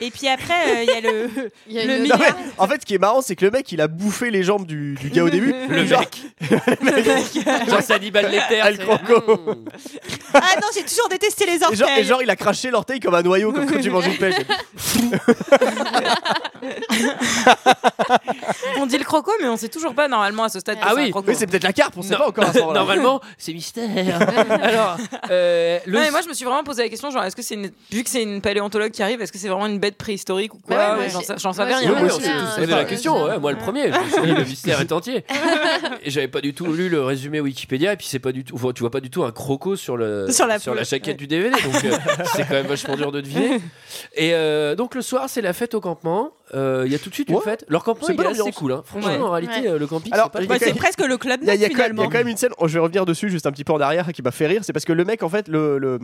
Et puis après, euh, il y a le. Il y a Le une- Non, mais, en fait, ce qui est marrant, c'est que le mec il a bouffé les jambes du, du gars au début. Le Genre, mec. euh. Genre, ça dit balle les terres. El c'est- Croco. Hmm. Ah non, j'ai toujours détesté les et genre, orteils. et genre, il a craché l'orteil comme un noyau, comme quand tu manges une pêche. On dit le croco, mais on sait toujours pas normalement à ce stade. que Ah c'est un oui. croco. Oui, c'est peut-être la carpe, on sait pas encore à ce moment-là. Normalement, c'est mystère. Alors, euh, le- Non, mais moi je me suis vraiment posé la question genre est-ce que c'est une... vu que c'est une paléontologue qui arrive est-ce que c'est vraiment une bête préhistorique ou quoi Bah ouais, moi ou j'en aussi. sais- j'en Moi savais aussi. rien hein. moi Ouais, ouais, aussi, hein. on s'est tout tous ça. posé la Pareil. question, ouais, moi le premier, je me suis dit, le mystère est entier. Et J'avais pas du tout lu le résumé Wikipédia et puis c'est pas du tout, tu vois pas du tout un croco sur le Sur la peau. jaquette du DVD, donc euh, c'est quand même vachement dur de deviner. Et euh, donc le soir, c'est la fête au campement. euh, il y a tout de suite une Ouais. fête. Leur campement, C'est il bonne est assez ambiance. cool. hein. Franchement, Ouais. en réalité, Ouais. euh, le camping, Alors, c'est il y a pas quand même- Bah, le club Il y, a- il y a quand même- il y a quand même une scène, oh, je vais revenir dessus juste un petit peu en arrière, qui m'a fait rire. C'est parce que le mec, en fait, le, le-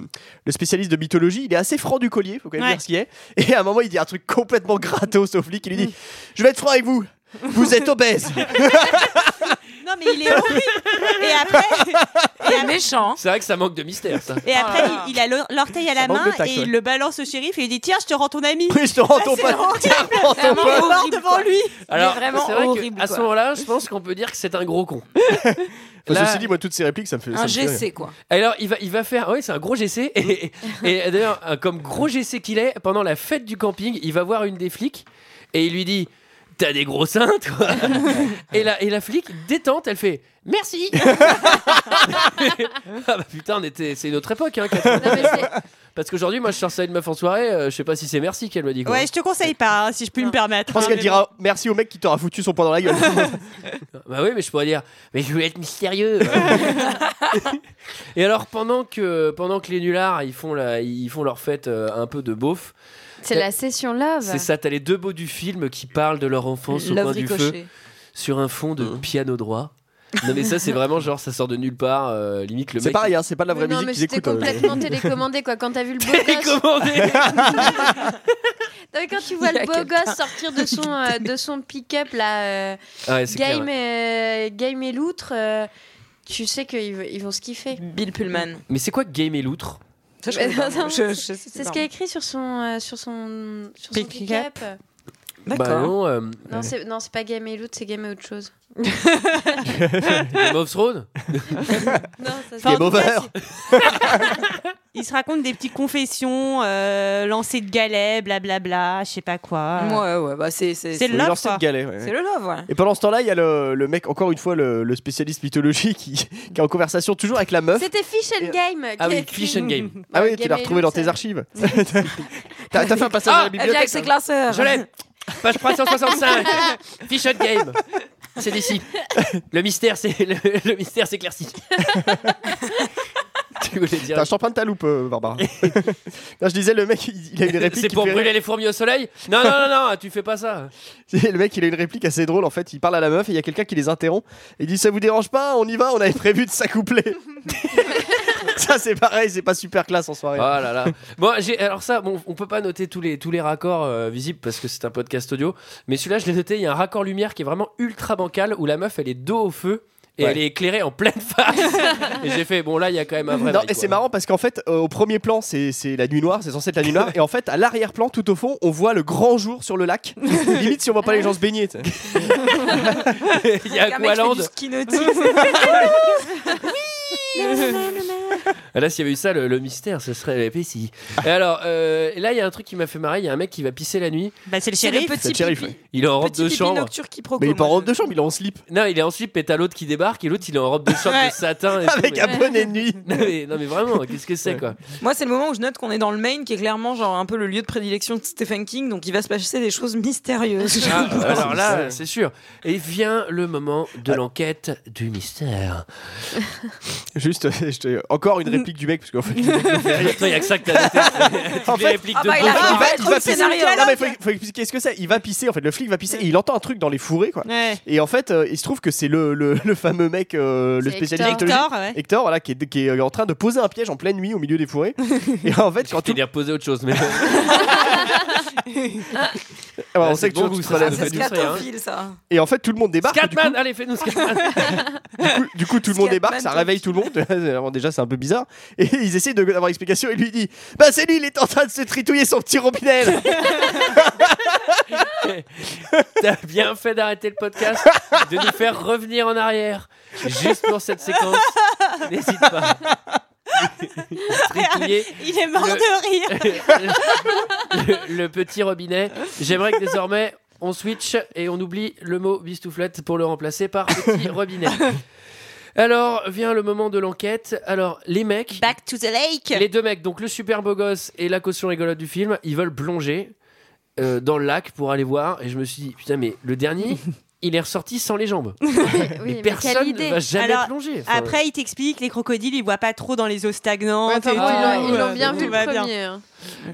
le spécialiste de mythologie, il est assez franc du collier, faut quand même Ouais. dire ce qu'il est. Et à un moment, il dit un truc complètement gratos au flic, il Mm. lui dit Je vais être franc avec vous, vous êtes obèse. Non, mais il est horrible. Et après, Il est méchant. hein. Ah. C'est vrai que ça manque de mystère, ça. et après il, il a l'or- l'orteil à la manque de main tact, et ouais. il le balance au shérif et il dit Tiens, je te rends ton ami. Oui, je te rends Ah, ton c'est pote. horrible. Je te rends ton Vraiment pote. mort devant lui. Alors, Il est vraiment c'est vrai que horrible, à ce quoi. moment-là, je pense qu'on peut dire que c'est un gros con. Enfin, Là- Ceci dit, moi, toutes ces répliques, ça me fait. Ah, ça me fait rire. quoi. Alors, il va, il va faire. Oui, c'est un gros GC. Et, et- et d'ailleurs, euh, comme gros GC qu'il est, pendant la fête du camping, il va voir une des flics et il lui dit T'as des gros seins, toi et, la, et la flic, détente, elle fait Merci Ah bah putain, on était, c'est une autre époque, hein, 90. Parce qu'aujourd'hui, moi, je sors ça à une meuf en soirée, euh, je sais pas si c'est merci qu'elle me dit quoi. Ouais, je te conseille pas, hein, si je puis me permettre. Je pense hein, qu'elle mais dira merci au mec qui t'aura foutu son poing dans la gueule. Bah oui, mais je pourrais dire, mais je voulais être mystérieux. et alors pendant que pendant que les nullards ils font la, ils font leur fête euh, un peu de beauf. C'est la session love. C'est ça, t'as les deux beaux du film qui parlent de leur enfance au Love coin du feu Ricochet. sur un fond de Mmh. piano droit. Non mais ça c'est vraiment genre ça sort de nulle part, euh, limite le C'est mec. pareil, hein, c'est pas de la Mais vraie non, musique mais qu'ils c'était écoutent. hein. complètement télécommandé, quoi. Quand t'as vu le beau gosse. Télécommandé. Non, mais quand tu vois Il y le a beau quelqu'un. gosse sortir de son, euh, de son pick-up, là, euh, Ah Ouais, c'est clair, game, euh, game et l'outre, euh, tu sais qu'ils v- ils vont se kiffer. Bill Pullman. Mais c'est quoi Game et l'outre Ça, je Mais connais pas. non, Je- je sais C'est pas. ce qu'il y a écrit sur son, euh, sur son, sur son Pick-up. pick-up. Bah D'accord. non, euh, Non, c'est non, c'est pas Game et l'outre, c'est Game et autre chose. Game of Thrones Enfin, Game en tout cas, over. c'est- Il se raconte des petites confessions, euh, lancer de galets, blablabla, je sais pas quoi. Ouais, ouais, bah c'est. C'est le Oui, love, lancer de quoi. galet, ouais. C'est le love, ouais. Et pendant ce temps-là, il y a le, le mec, encore une fois, le, le spécialiste mythologie qui, qui est en conversation toujours avec la meuf. C'était Fish and Game. qui Ah a oui, écrit- Fish and Game. Ah oui, Game tu l'as et retrouvé dans l'autre, tes ça- archives. T'as t'as fait un passage à Ah, la elle vient bibliothèque. avec ses classeurs. Je l'ai Page 365 Fish and Game C'est d'ici. Le mystère, c'est le, le mystère s'éclaircit. tu voulais dire T'as- Je t'emprunte ta loupe, euh, Barbara. Non, je disais, le mec, il, il a une réplique. C'est qui pour fait rire. brûler les fourmis au soleil Non, non, non, non, tu fais pas ça. Le mec, il a une réplique assez drôle en fait. Il parle à la meuf et il y a quelqu'un qui les interrompt. Et il dit Ça vous dérange pas On y va, on avait prévu de s'accoupler. ça, c'est pareil, c'est pas super classe en soirée. Oh là là. Bon, j'ai- alors ça, bon, on peut pas noter tous les, tous les raccords euh, visibles parce que c'est un podcast audio. Mais celui-là, je l'ai noté. Il y a un raccord lumière qui est vraiment ultra bancal où la meuf, elle est dos au feu. Et Ouais. elle est éclairée en pleine face. et j'ai fait, bon là, il y a quand même un vrai. Non, bail, et quoi. c'est marrant parce qu'en fait, euh, au premier plan, c'est c'est la nuit noire, c'est censé être la nuit noire. et en fait, à l'arrière-plan, tout au fond, on voit le grand jour sur le lac. Limite si on voit pas les gens se baigner. tu sais. Il y a Un mec qui fait Aqualand. du skinotisme. Ah, Là, s'il y avait eu ça, le, le mystère, ce serait épaissi. Et alors, euh, là, il y a un truc qui m'a fait marrer. Il y a un mec qui va pisser la nuit. Bah, c'est le C'est le shérif. C'est petit shérif, pipi- ouais. Il est en robe petit de pipi chambre. nocturne qui provoque. Mais il est pas en robe de chambre, il est en slip. Non, il est en slip, et t'as l'autre qui débarque, et l'autre, il est en robe de chambre Ouais. de satin. et tout, Avec mais- un bonnet de nuit. non, mais, non, mais vraiment, qu'est-ce que c'est, quoi Moi, c'est le moment où je note qu'on est dans le Maine, qui est clairement genre un peu le lieu de prédilection de Stephen King, donc il va se passer des choses mystérieuses. Ah, Alors là, c'est sûr. Et vient le moment de l'enquête du mystère. Juste, euh, je te- encore une Mm. réplique du mec, parce qu'en fait, le mec me fait rire. Toi, il y a que ça que t'as noté. Toutes En les fait- répliques Ah de bah, il Beau- a- il va, Ah, il trop va de pisser. scénario, Non, là, mais faut, faut expliquer ce que c'est. Il va pisser. En fait, le flic va pisser et il entend un truc dans les fourrés, quoi. Ouais. Et en fait, euh, il se trouve que c'est le, le- le fameux mec, euh, le C'est spécialiste Hector. mythologique, Hector, ouais. Hector, voilà, qui est, qui est en train de poser un piège en pleine nuit au milieu des fourrés. et en fait, quand Je tout... t'ai dit reposer autre chose, mais Ah, on Ah, sait c'est que tu- bon tu goût, te ça, relèves. ça, C'est du vrai, hein. scatophile, ça. Et en fait, tout le monde débarque. Du coup, Scatman, allez, fais-nous Scatman. du coup- du coup, tout le monde Scatman débarque, ça Jack. réveille tout le monde. Alors, Déjà, c'est un peu bizarre. Et ils essayent de- d'avoir explication. Et lui il dit Bah, c'est lui, il est en train de se tritouiller son petit robinet. là. T'as bien fait d'arrêter le podcast, de nous faire revenir en arrière, juste pour cette séquence. N'hésite pas. Tripouiller Il est mort de rire. le, le petit robinet. J'aimerais que désormais on switch et on oublie le mot bistouflette pour le remplacer par petit robinet. Alors vient le moment de l'enquête. Alors les mecs, Back to the lake. les deux mecs, donc le super beau gosse et la caution rigolote du film, ils veulent plonger euh, dans le lac pour aller voir. Et je me suis dit, putain, mais le dernier, il est ressorti sans les jambes. Oui, mais quelle Personne ne idée. va jamais Alors, plonger. Enfin, Après, il t'explique, les crocodiles, ils voient pas trop dans les eaux stagnantes. Enfin, et bon, tout, ils l'ont- ils euh, l'ont bien tout vu le va bien. premier. hein.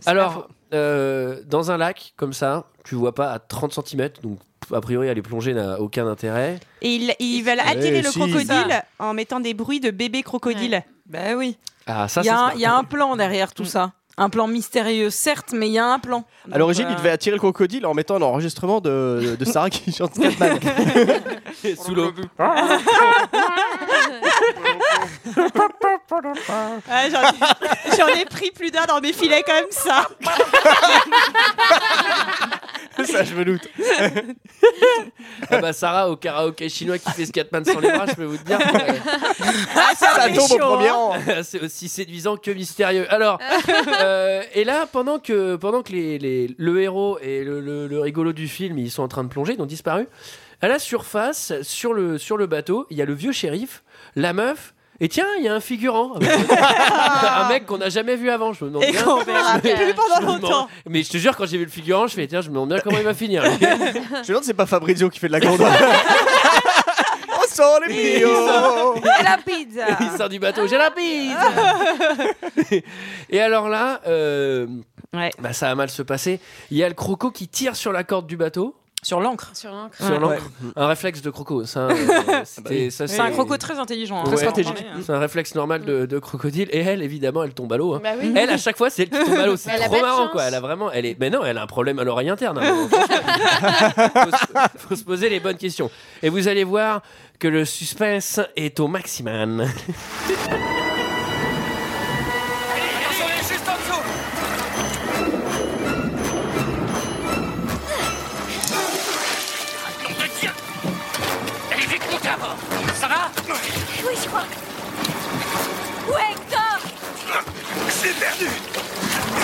alors euh, dans un lac comme ça, tu vois pas à 30 cm, donc a priori aller plonger n'a aucun intérêt. Et ils, ils veulent attirer Ouais, le si. crocodile en mettant des bruits de bébé crocodile. Bah oui. Ah, ça, Il y, c'est a un- smart. il y a un plan derrière Mm. tout ça. Un plan mystérieux, certes, mais il y a un plan. À l'origine, Donc, il euh, devait attirer le crocodile en mettant un enregistrement de, de Sarah qui chante Scatman. Sous l'eau. Ouais, J'en ai- j'en ai pris plus d'un dans mes filets comme ça. ça, je me doute. Ah bah Sarah au karaoké chinois qui fait Scatman sans les bras, je peux vous dire. Ah, ça Ça fait tombe au chaud, premier hein. C'est aussi séduisant que mystérieux. Alors, euh, et là, pendant que, pendant que les, les- le héros et le, le- le rigolo du film, ils sont en train de plonger, ils ont disparu, à la surface, sur le, sur le bateau, il y a le vieux shérif, la meuf, et tiens, il y a un figurant. un mec qu'on n'a jamais vu avant, je me demande Et bien. qu'on verra Je me- plus pendant je me demande- longtemps. Mais je te jure, quand j'ai vu le figurant, je fais, tiens, je me demande bien comment il va finir. Je me demande si c'est pas Fabrizio qui fait de la grande. On sort les bio Et la pizza Il sort du bateau, j'ai la pizza Et alors là, euh, bah, ça a mal se passer. Il y a le croco qui tire sur la corde du bateau. Sur l'encre. Sur l'encre. Sur l'ancre. Un réflexe de croco. Ça, euh, c'était- ça, C'est un croco très intelligent. hein, Ouais. on va en parler, hein. C'est un réflexe normal de, de crocodile. Et elle, évidemment, elle tombe à l'eau. hein. Bah oui. Elle, à chaque fois, c'est elle qui tombe à l'eau. C'est Elle a trop pas de marrant, chance. quoi. Elle a vraiment. Elle est. Mais non, elle a un problème à l'oreille interne. hein. faut, se- faut se poser les bonnes questions. Et vous allez voir que le suspense est au maximum. Attention, elle est juste en dessous Nom de Dieu Elle est vite montée à bord Ça va Oui, je crois. Où est Hector J'ai perdu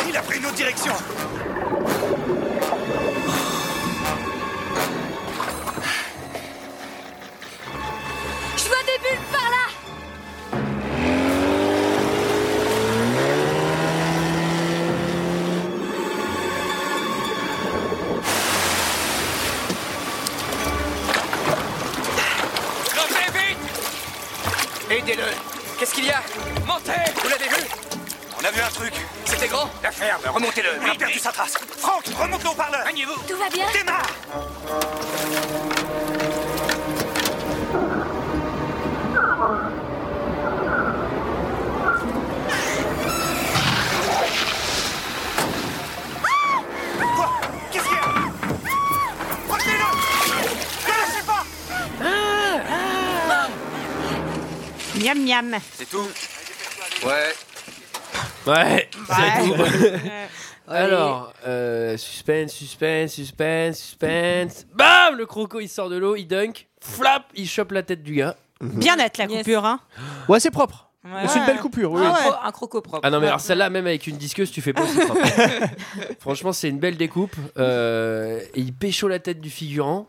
Il a pris une autre direction Je vois des bulles par là Rentrez vite Aidez-le Qu'est-ce qu'il y a Montez Vous l'avez vu On a vu un truc. C'était grand La ferme, remontez-le On a perdu sa trace Franck, remonte le haut-parleur Maniez-vous Tout va Ah, bien Démarre Quoi Qu'est-ce qu'il y a Retenez-le Ne lâchez pas Miam miam. C'est tout Ouais. Ouais, c'est tout. Ouais. Alors, euh, suspense, suspense, suspense, suspense. Bam Le croco, il sort de l'eau, il dunk. Flap Il chope la tête du gars. Bien nette la coupure, hein. Ouais, c'est propre. Ouais. C'est une belle coupure, oui. Ah ouais. Un croco propre. Ah non, mais alors celle-là, même avec une disqueuse, tu fais pas aussi propre. Franchement, c'est une belle découpe. Euh, et il pécho la tête du figurant.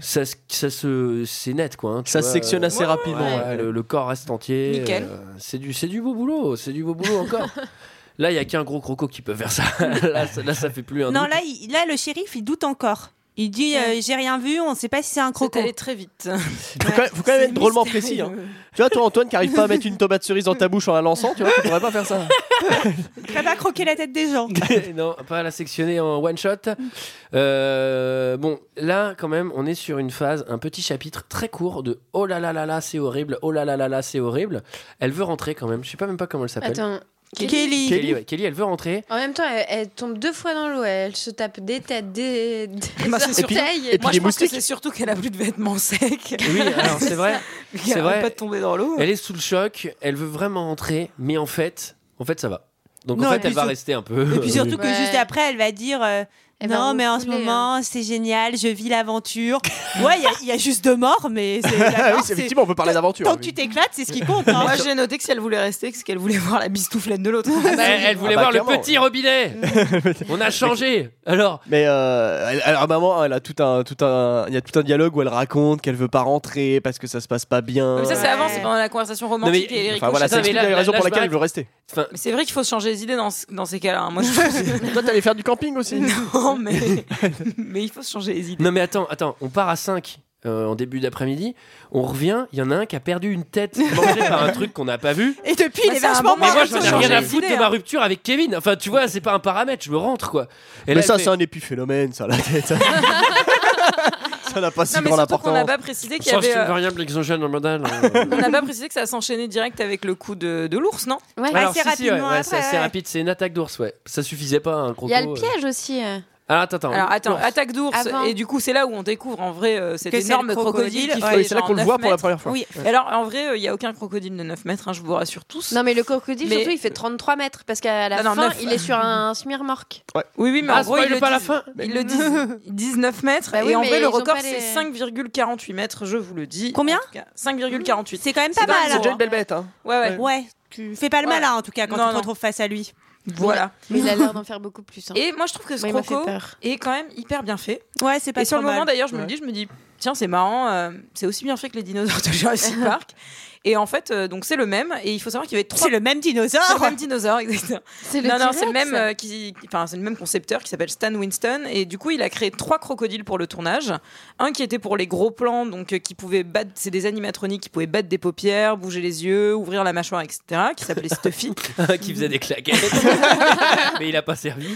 Ça, se- ça se, c'est net quoi. hein, tu Ça vois, se sectionne euh, assez rapidement, ouais. le, le corps reste entier. euh, Nickel. c'est du, c'est du beau boulot. C'est du beau boulot encore. Là, il y a qu'un gros croco qui peut faire ça. là, ça, là, ça fait plus un. Non, doute. là, il- là, le shérif, il doute encore. Il dit euh, j'ai rien vu, on sait pas si c'est un croco. allé très vite. Faut quand même, faut quand même être drôlement précis. hein. Tu vois, toi, Antoine, qui arrive pas à mettre une tomate cerise dans ta bouche en la lançant, tu vois, tu pourrais pas faire ça. Ça va croquer la tête des gens. non, pas la sectionner en one shot. Euh, bon, là, quand même, on est sur une phase, un petit chapitre très court de oh là là là là, c'est horrible, oh là là là là, c'est horrible. Elle veut rentrer quand même, je sais pas même pas comment elle s'appelle. Attends. Kelly. Kelly, ouais. Kelly, elle veut rentrer. En même temps, elle, elle tombe deux fois dans l'eau. Elle se tape des têtes, des, des Bah, c'est surtout- orteils. Moi, je pense que c'est surtout qu'elle a plus de vêtements secs. Oui, alors c'est vrai. Elle C'est arrête vrai. pas de tomber dans l'eau. Elle est sous le choc, elle veut vraiment rentrer, mais en fait, en fait, ça va. Donc Non, en et fait, puis elle va sur- rester un peu. Et puis surtout que Ouais. juste après, elle va dire euh, Elle va non, mais en ce refouler, moment, c'est génial, je vis l'aventure. ouais, il y a- il y, a juste deux morts, mais c'est. Ah d'accord, oui, c'est- c'est- effectivement, on peut parler d'aventure. Tant oui. que tu t'éclates, c'est ce qui compte. hein. Ah. Moi, j'ai noté que si elle voulait rester, c'est qu'elle voulait voir la bistouflette de l'autre. Elle, elle voulait Ah bah, voir le clairement, petit robinet. on a changé. Alors, Mais euh, elle- alors, à un moment, elle a tout un, tout un, il y a tout un dialogue où elle raconte qu'elle veut pas rentrer parce que ça se passe pas bien. Mais ça, c'est avant, c'est pendant la conversation romantique Non, mais- et les Enfin voilà, ricochets. c'est mais là- la là, raison là, pour je laquelle elle m'arrête. veut rester. enfin, Mais c'est vrai qu'il faut changer les idées dans, ce- dans ces cas-là. hein. Moi, je... Toi, t'allais faire du camping aussi non, mais... mais il faut se changer les idées. non mais attends, attends, on part à 5. euh, en début d'après-midi. On revient, il y en a un qui a perdu une tête mangée par un truc qu'on n'a pas vu. Et depuis, il est un vachement bon Mais moi, j'en ai rien à foutre foutre de ma rupture avec Kevin. Enfin, tu vois, c'est pas un paramètre, je me rentre quoi. Mais là, ça, elle fait- c'est un épiphénomène, ça, la tête. ça n'a pas si Non, mais grande surtout importance. qu'on n'a pas précisé qu'il y Change avait. une euh, variable exogène dans le modèle. hein. On n'a pas précisé que ça s'enchaînait direct avec le coup de, de l'ours, non Alors, si, si, ouais, ouais, c'est assez rapide, c'est une attaque d'ours, ouais. Ça suffisait pas, un gros Il y a le piège aussi. euh. Ah, attends, Hein. attends. Alors attends, Ours. attaque d'ours Avant. et du coup c'est là où on découvre en vrai euh, cet Que c'est le énorme crocodile crocodile. qui qui fait- fait c'est là genre qu'on le 9 voit pour la mètres. première fois. Oui. Ouais. Alors en vrai, euh, il n'y a aucun crocodile de 9 mètres, hein, je vous rassure tous. Non, mais Ah le crocodile, Mais- surtout, il fait 33 mètres parce qu'à la Non, non, fin, neuf. il est sur un smear-mork. Oui, oui, mais Ah, en gros, spoil ils le, pas la disent- fin. ils le disent, ils disent 9 mètres. Bah oui, et en mais vrai, le ils ont record, pas les- c'est 5,48 mètres, je vous le dis. Combien En tout cas, 5,48. C'est quand même pas mal. C'est déjà alors. une belle bête, hein. Ouais, ouais. Ouais, tu fais pas le Voilà. malin en tout cas quand Non, tu te non. retrouves face à lui. Voilà. Mais il a l'air d'en faire beaucoup plus. hein. Et moi, je trouve que ce Moi, il m'a fait croco peur. est quand même hyper bien fait. Ouais, c'est pas Et sur le trop mal. moment, d'ailleurs, je me Ouais. le dis, je me dis, tiens, c'est marrant, euh, c'est aussi bien fait que les dinosaures de Jurassic Park. Et en fait, euh, donc c'est le même. Et il faut savoir qu'il y avait trois. C'est le même C'est le dinosaure. même dinosaure, exactement. C'est le Non, non, T-Rex. c'est le même, euh, qui, qui- enfin, c'est le même concepteur qui s'appelle Stan Winston. Et du coup, il a créé trois crocodiles pour le tournage. Un qui était pour les gros plans, donc euh, qui pouvait battre, c'est des animatroniques qui pouvaient battre des paupières, bouger les yeux, ouvrir la mâchoire, etc. Qui s'appelait Stuffy. qui faisait des claquettes. mais il a pas servi.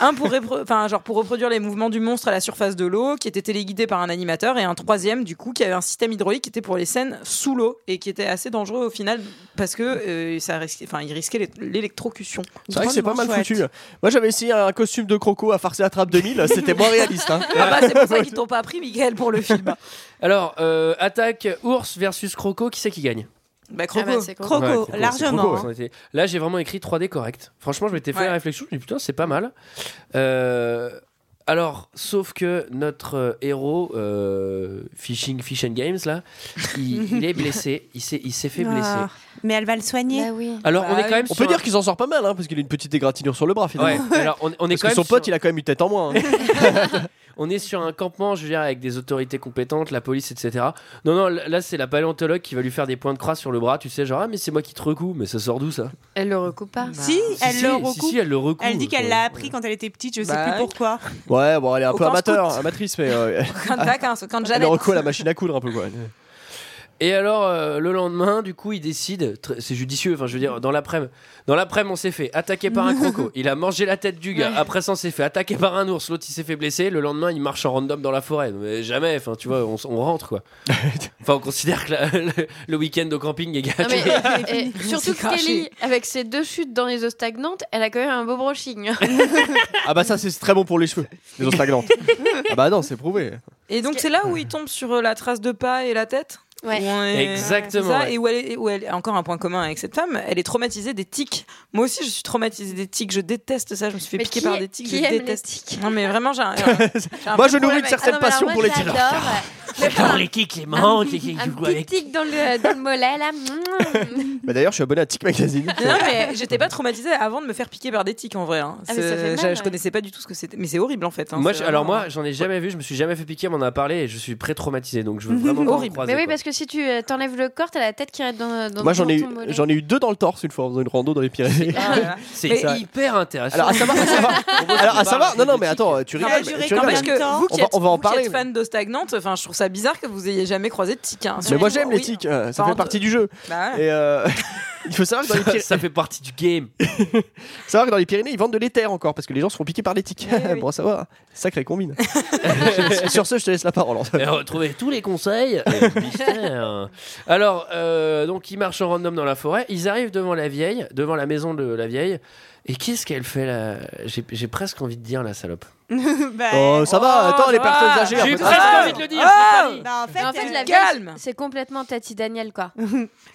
un pour, repro- enfin, genre pour reproduire les mouvements du monstre à la surface de l'eau, qui était téléguidé par un animateur, et un troisième du coup qui avait un système hydraulique qui était pour les scènes sous l'eau et qui était assez dangereux au final parce que euh, ça risquait, enfin, il risquait l'é- l'électrocution. C'est vrai que c'est pas mal Chouette. foutu. Moi, j'avais essayé un costume de croco à farcer la trappe 2000, c'était moins réaliste. Hein. Ah bah, c'est pour ça qu'ils t'ont pas appris, Miguel, pour le Bah, film. Ah, Alors, euh, attaque ours versus croco, qui c'est qui gagne Bah, Ah Croco. bah, c'est Croco. Croco, Ouais, Croco, largement. Croco, ouais. hein. Ça a été- Là, j'ai vraiment écrit 3D correct. Franchement, je m'étais fait Ouais. la réflexion, je me dis putain, c'est pas mal. Euh, alors, sauf que notre euh, héros, euh, Fishing, Fish and Games, là, il, il est blessé. Il s'est, il s'est fait blesser. Ah, Mais elle va le soigner. Bah oui. Alors, on Bah est quand même On sur peut un- dire qu'il s'en sort pas mal, hein, parce qu'il a une petite égratignure sur le bras finalement. Ouais, alors on, on est Parce quand que même son pote, sur, il a quand même une tête en moins. hein. on est sur un campement, je veux dire, avec des autorités compétentes, la police, etc. Non, non, l- là c'est la paléontologue qui va lui faire des points de croix sur le bras, tu sais, genre ah mais c'est moi qui te recoue, mais ça sort d'où ça Elle le recoupe pas. Si, elle Bah, si, le si, recoupe. si, elle le recoue. Elle dit qu'elle l'a appris quand elle était petite, je sais Bah, plus pourquoi. Ouais, bon, elle est un peu Aucun amateur, scout. amatrice, mais euh, Quand Jack, hein, quand elle est Janet. reco à la machine à coudre un peu quoi. Et alors, euh, le lendemain, du coup, il décide, tr- c'est judicieux, enfin, je veux dire, dans l'après-midi, dans l'après-midi, on s'est fait attaquer par un croco, il a mangé la tête du gars, après ça, on s'est fait attaquer par un ours, l'autre, il s'est fait blesser, le lendemain, il marche en random dans la forêt, mais jamais, enfin, tu vois, on, s- on rentre, quoi. Enfin, on considère que la- le, le week-end au camping est Non, gâché. mais- et surtout que Kelly, avec ses deux chutes dans les eaux stagnantes, elle a quand même un beau brushing. Ah bah ça, c'est très bon pour les cheveux, les os stagnantes. Ah bah non, c'est prouvé. Et donc, c'est là où il tombe sur euh, la trace de pas et la tête Ouais. Où on est- Exactement, c'est ça, ouais. Et où elle, est, où elle- encore un point commun avec cette femme, elle est traumatisée des tics. Moi aussi, je suis traumatisée des tics. Je déteste ça. Je me suis fait Mais piquer qui- par des tics. qui je aime les déteste. tics non, mais vraiment, j'ai Moi, un. je nourris problème une avec- certaine Ah non, mais alors passion moi, pour les j'adore, tirs. euh, le- J'adore les kicks, les Un, manques, les kicks, un du coup, petit avec. tic dans le, dans le mollet là. Bah d'ailleurs, je suis abonné à Tic Magazine. Non, mais j'étais pas traumatisée avant de me faire piquer par des tics en vrai. hein. Ah, mais ça C'est- fait mal, j'a- je, ouais. connaissais pas du tout ce que c'était. Mais c'est horrible en fait. hein. Moi, C'est je- alors vraiment- moi, j'en ai jamais vu, je me suis jamais fait piquer, on en a parlé, et je suis pré-traumatisé, donc je veux vraiment pas en Horrible. croiser, Mais oui, quoi. parce que si tu euh, t'enlèves le corps, t'as la tête qui reste dans, dans Moi, j'en ai, dans eu- ton mollet. j'en ai eu deux dans le torse une fois en faisant une rando dans les Pyrénées. Ah, là, là. c'est Mais hyper intéressant. Alors à savoir, à savoir, alors, à savoir- non non, mais attends, tu rigoles. Ah bah, mais- juré tu quand rigoles, même. N'empêche mais- en temps, que vous qui on va- êtes, on va en vous qui êtes parler, fan d'eau stagnante, enfin, je trouve ça bizarre que vous ayez jamais croisé de tic. hein. Mais Surtout- moi, j'aime les oui. tics, euh, ça Enfin, fait partie du jeu. Bah, ouais. Et euh, il faut savoir que dans les ça, Pyrénées, ça fait partie du game. savoir que dans les Pyrénées, ils vendent de l'éther encore parce que les gens se font piquer par les tiques. Oui, oui. bon, ça va, hein. sacré combine. Sur ce, je te laisse la parole. Antoine. Et retrouvez Euh, tous les conseils. euh, mystère. Alors, euh, donc, ils marchent en random dans la forêt. Ils arrivent devant la vieille, devant la maison de la vieille. Et qu'est-ce qu'elle fait là J'ai j'ai presque envie de dire la salope. Bah, Oh, ça va, Oh, attends, ça les va. personnes âgées. J'ai un eu peu- presque Ah envie de le dire. Ah j'ai pas dit. bah, en fait, Mais en fait, euh, la calme. vieille, c'est complètement Tati Daniel, quoi.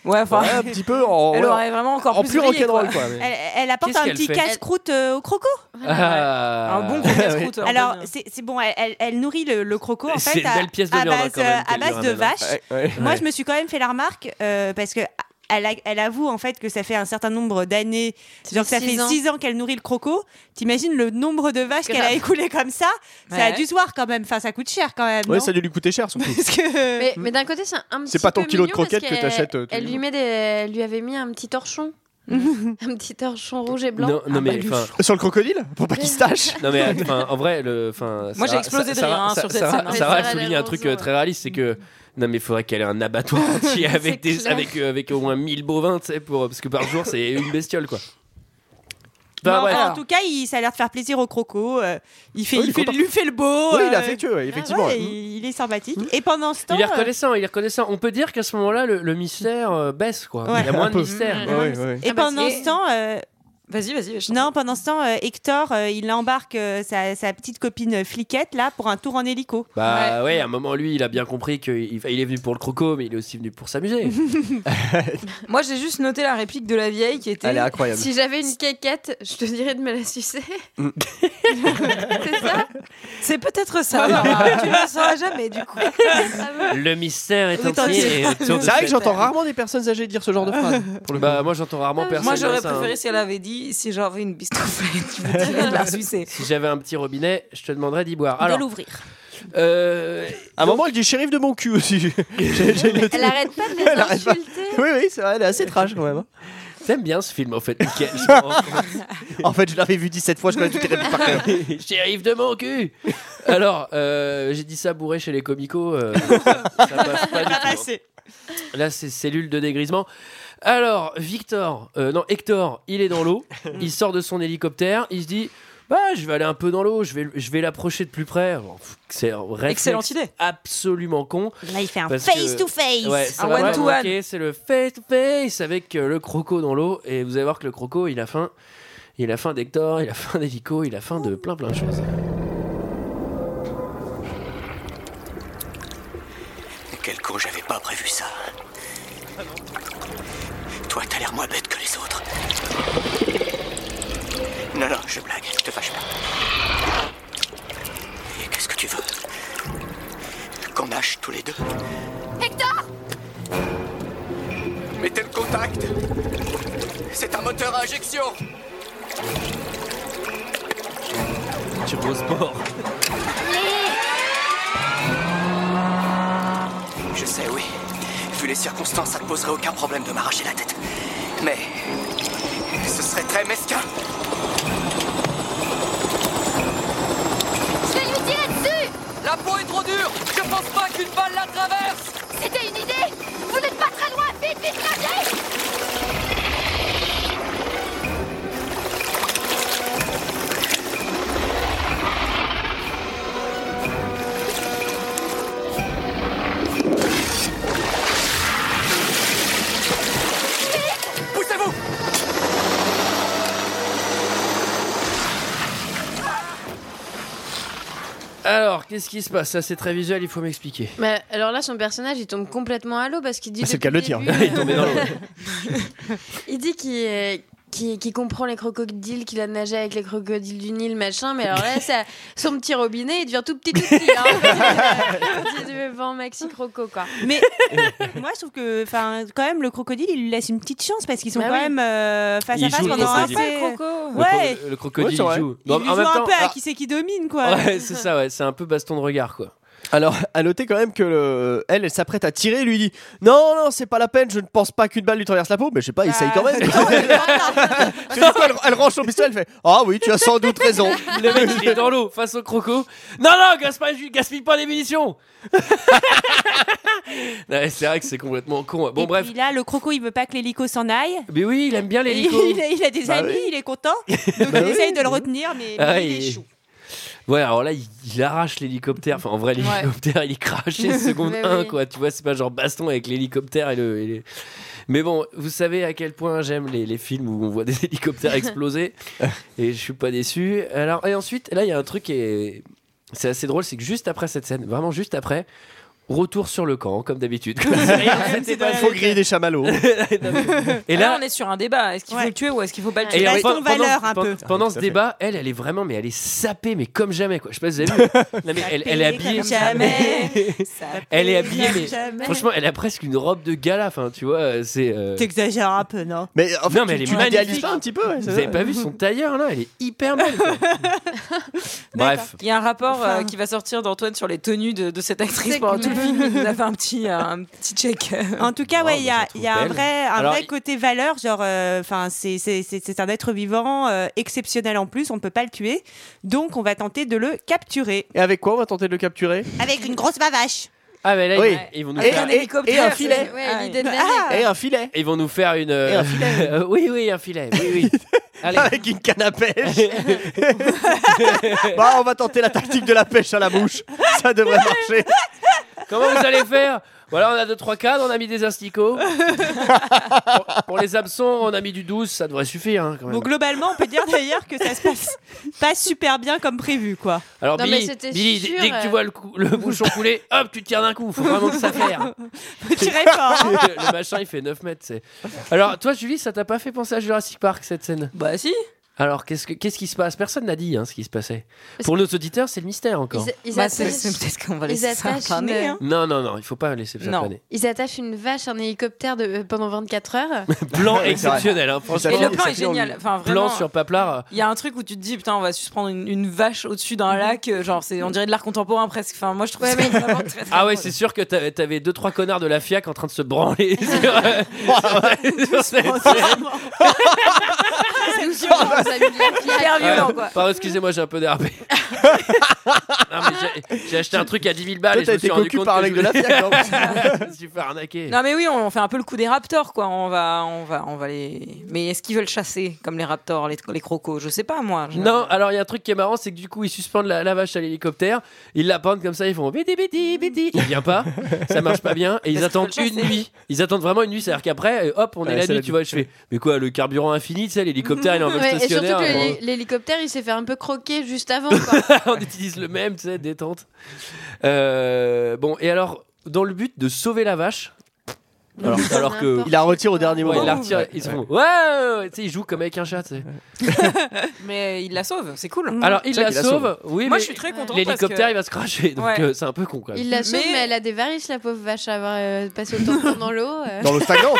Ouais, enfin, Ouais, un petit peu en, elle ouais, aurait vraiment encore en plus plus brillé, rock'n'roll, quoi. quoi. mais- elle, elle apporte Qu'est-ce un qu'elle petit fait casse-croûte euh, au croco. Ah. Un bon coup de casse-croûte. Ah, en Alors, bonne- c'est c'est bon, elle, elle- elle nourrit le, le croco en C'est fait une à- belle pièce de à viande, hein, base, quand même, euh, à qu'elle base lui de ramène, hein. vache. Ouais, ouais. Moi, Ouais. je me suis quand même fait la remarque euh, parce que elle, a- elle avoue en fait que ça fait un certain nombre d'années, Ça genre fait ça fait six ans. 6 ans, qu'elle nourrit le croco. T'imagines le nombre de vaches qu'elle a Grave. écoulées comme ça Ça a Ouais. dû se voir quand même. Enfin, ça coûte cher quand même. Ouais, non ça a dû lui coûter cher surtout. Parce que Mais, mais d'un côté, c'est un petit Mm. C'est pas peu ton kilo de mignon parce croquettes que qu'elle- t'achètes, euh, tous Elle les lui jours. met des- elle lui avait mis un petit torchon. un petit torchon rouge et blanc. Non, non, mais, enfin- Sur le crocodile Pour pas qu'il se tâche Non mais enfin, en vrai, le, enfin, Moi, Sarah- j'ai explosé de Sarah- rire, hein, Sarah- sur cette Sarah- scène, hein. Sarah Ouais, Sarah souligne un truc euh, très réaliste, c'est que non mais il faudrait qu'elle ait un abattoir entier avec des, clair. avec euh, avec au moins 1000 bovins, tu sais, pour parce que par jour c'est une bestiole quoi. Mais Bah, enfin, voilà. En tout cas, il, ça a l'air de faire plaisir au croco. euh, il fait, Oui, il il est fait- content. lui fait le beau. Oui, il est euh, affectueux, Ah ouais, effectivement, ouais, ouais. Mm. il, il est sympathique. Et pendant ce temps, Il est euh, reconnaissant, il est reconnaissant. On peut dire qu'à ce moment-là, le, le mystère euh, baisse quoi. Ouais. Il y a moins Un de peu. mystère. Mm. Mmh, ouais, Et pendant ce temps. euh, Vas-y, vas-y. Non, pendant ce temps, euh, Hector, euh, il embarque euh, sa, sa petite copine euh, fliquette là pour un tour en hélico. Bah ouais. à un moment lui, il a bien compris qu'il il est venu pour le croco, mais il est aussi venu pour s'amuser. Moi, j'ai juste noté la réplique de la vieille qui était. Elle est euh, incroyable. Si j'avais une quéquette, je te dirais de me la sucer. Mm. C'est ça C'est peut-être ça. Barbara. tu ne le sauras jamais, du coup. Ah, Ah le mystère est C'est entier. autour de vrai que cette- j'entends rarement des personnes âgées dire ce genre de phrase. Bah moi j'entends rarement personne. Moi, dire j'aurais ça, hein. préféré si elle avait dit si j'avais une bistouflette, je vous dirais de la sucer. Si j'avais un petit robinet, je te demanderais d'y boire. Alors, l'ouvrir. euh, À un moment, elle dit shérif de mon cul aussi. J'ai- j'ai noté. Elle arrête pas de les Elle arrête pas. insulter. Oui, oui, c'est vrai, elle est assez trash quand même. hein. T'aimes bien ce film en fait, Mickaël, je me rends compte. En fait, je l'avais vu 17 fois, je connais toutes les répliques par cœur. Shérif de mon cul Alors, euh, j'ai dit ça bourré chez les comicos. euh, ça, ça passe pas du tout. hein. Là, c'est cellule de dégrisement. Alors, Victor, euh, non, Hector, il est dans l'eau. il sort de son hélicoptère. Il se dit Bah, je vais aller un peu dans l'eau. Je vais, je vais l'approcher de plus près. Bon, pff, C'est un réflexe Excellente idée. Absolument con. Là, il fait un Parce face que- to face. Ouais, ça m'a vraiment marqué, c'est le face to face avec euh, le croco dans l'eau. Et vous allez voir que le croco, il a faim. Il a faim d'Hector, il a faim d'Hélico, il a faim de plein plein de choses. Quel con, j'avais pas prévu ça. Toi, t'as l'air moins bête que les autres. Non, non, je blague, te fâche pas. Et qu'est-ce que tu veux Qu'on nage tous les deux Hector Mettez le contact C'est un moteur à injection Tu beau sport. Je sais, oui. Vu les circonstances, ça ne poserait aucun problème de m'arracher la tête. Mais. Ce serait très mesquin Je vais lui tirer dessus La peau est trop dure Je pense pas qu'une balle la traverse C'était une idée Vous n'êtes pas très loin Vite, vite, nagez Poussez-vous Alors, qu'est-ce qui se passe Ça, c'est très visuel, il faut m'expliquer. Mais alors là, son personnage, il tombe complètement à l'eau parce qu'il dit. Bah, c'est le cas de le depuis dire. début, Il est tombé dans l'eau. il dit qu'il euh, qu'il- qu'il comprend les crocodiles, qu'il a nagé avec les crocodiles du Nil, machin. Mais alors là, ça- son petit robinet, il devient tout petit, tout petit. Hein. il devient un maxi croco, quoi. Mais moi, je trouve que, enfin, quand même, le crocodile, il lui laisse une petite chance parce qu'ils sont Bah quand oui. même euh, face Il à face joue, le pendant un crocodile. peu. croco. Ouais. Le, crocodile Ouais, c'est il joue. vrai. Il lui joue un peu à ah, qui c'est qui domine, quoi. ouais, c'est ça, ouais, c'est un peu baston de regard, quoi. Alors, à noter quand même que le- elle, elle s'apprête à tirer, lui dit Non, non, c'est pas la peine, je ne pense pas qu'une balle lui traverse la peau, mais je sais pas, essaye quand même. Parce que du coup, elle, elle range son pistolet, elle fait Ah oui, tu as sans doute raison. Le mec, il est dans l'eau, face au croco. Non, non, gaspille, gaspille pas les munitions Ouais, C'est vrai que c'est complètement con. Bon, Et bref. puis là, le croco, il veut pas que l'hélico s'en aille. Mais oui, il aime bien l'hélico. Il, a, il a des Bah amis, oui. il est content. Donc il essaye de le retenir, mais, Ah, mais il il- échoue. Ouais, alors là, il, il arrache l'hélicoptère. Enfin, en vrai, l'hélicoptère, il est craché seconde Mais 1, oui. quoi. Tu vois, c'est pas genre baston avec l'hélicoptère et le. et les- Mais bon, vous savez à quel point j'aime les, les films où on voit des hélicoptères exploser. et je suis pas déçu. Alors, et ensuite, là, il y a un truc qui est. C'est assez drôle, c'est que juste après cette scène, vraiment juste après, retour sur le camp, comme d'habitude. Il faut griller des chamallows. et Et là, là, on est sur un débat. Est-ce qu'il faut le tuer ou est-ce qu'il faut pas le Et tuer alors, pe- pe- pendant ce débat, elle, elle est vraiment, mais elle est sapée, mais comme jamais, quoi. Je sais pas si vous avez vu. Non, mais elle, elle est habillée. elle est habillée, mais jamais. franchement, elle a presque une robe de gala. Enfin, tu vois, euh, c'est. euh, T'exagères un peu, non Mais en fait, non, mais elle tu- est tu l'idéalises magnifique. pas un petit peu. ouais, c'est Vous avez ça. pas vu son tailleur là Elle est hyper belle. quoi. Bref. Il y a un euh, rapport euh, Enfin. qui va sortir d'Antoine sur les tenues de, de cette actrice C'est pendant tout le film, il nous a fait un petit, euh, un petit check. En tout cas, ouais, il y a, il y a un belle. vrai, un Alors, vrai il- côté valeur. Genre, euh, enfin, c'est c'est- c'est- c'est un être vivant euh, exceptionnel en plus. On ne peut pas le tuer, donc on va tenter de le capturer. Et avec quoi on va tenter de le capturer Avec une grosse bavache. Ah, mais là, Oui. ils, ils vont nous Et- faire. et- et un Ah, filet. Ouais, l'idée de Et un filet. Ils vont nous faire une. Et un filet. Euh, oui, oui, un filet. Oui, oui. Allez. Avec une canne à pêche. bah, on va tenter la tactique de la pêche à la bouche. Ça devrait marcher. Comment vous allez faire Voilà, on a deux trois cadres, on a mis des asticots. pour, pour les absents, on a mis du 12, ça devrait suffire hein, quand même. Bon, globalement, on peut dire d'ailleurs que ça se passe pas super bien comme prévu, quoi. Alors Billy, Billy, dès- dès que tu vois le, cou- le bouchon couler, hop, tu tires d'un coup. Faut vraiment que ça faire. Faut tirer fort. le machin, il fait 9 mètres. c'est- Alors toi, Julie, ça t'a pas fait penser à Jurassic Park cette scène Bah si. Alors qu'est-ce que- qu'est-ce qui se passe Personne n'a dit hein, ce qui se passait. Pour nos auditeurs, c'est le mystère encore. Ils- ils Bah, c'est- attachent- c'est peut-être qu'on va ils laisser ça attachent planer, une- hein. Non, non, non, il faut pas laisser ça Non. planer. Ils attachent une vache à un hélicoptère de, euh, pendant 24 heures. Plan Ouais, c'est vrai. exceptionnel, hein, franchement. Et le plan est génial. Enfin, Plan vraiment. sur euh, Paplar. Il y a un truc où tu te dis putain on va suspendre une, une vache au-dessus d'un lac euh, genre c'est on dirait de l'art contemporain presque enfin moi je trouve ça vraiment très très Ah Mhm. ouais, c'est sûr que t'avais, t'avais deux trois connards de la FIAC en train de se branler sur, euh, sur cette scène. C'est aussi violent, ça, lui, de la fiac. hyper violent quoi Ah, Pardon, excusez-moi, j'ai un peu dérapé. Non, mais j'ai, j'ai acheté un truc à 10 000 balles Toi, et je t'as me suis été rendu cocu compte par que Alec de la Fiac, je... je me suis fait arnaquer. Non mais oui, on fait un peu le coup des raptors quoi. On va, on va, on va les. Mais est-ce qu'ils veulent chasser comme les raptors, les, les crocos Je sais pas moi. Je- Non, alors il y a un truc qui est marrant, c'est que du coup ils suspendent la, la vache à l'hélicoptère, ils la pendent comme ça, ils font bidi bidi bidi, il vient pas, ça marche pas bien, et ils Parce attendent qu'ils veulent une chasser. nuit. Ils attendent vraiment une nuit, c'est-à-dire qu'après, euh, hop, on Ouais, est la c'est nuit, la tu vois, je fais, mais quoi, le carburant infini, tu sais, l'hélicoptère il est en mode Ouais, et surtout stationnaire, que euh, l'hé- l'hélicoptère il s'est fait un peu croquer juste avant. Quoi. on utilise le même, tu sais, détente. Euh, bon, et alors, dans le but de sauver la vache, alors, alors que. Il la retire au dernier Ouais, moment. ils la retirent, ils se font ouais, tu sais, ils jouent comme avec un chat, tu sais. Mais ils la sauvent, c'est cool. Alors, il C'est vrai la qu'il la sauve, oui, Mm. moi mais je suis très contente. l'hélicoptère il va se cracher, donc Ouais. euh, c'est un peu con quand même. Il la sauve, Mais- mais... elle a des varices, la pauvre vache, à avoir euh, passé autant de temps dans l'eau. euh. Dans le stagnant.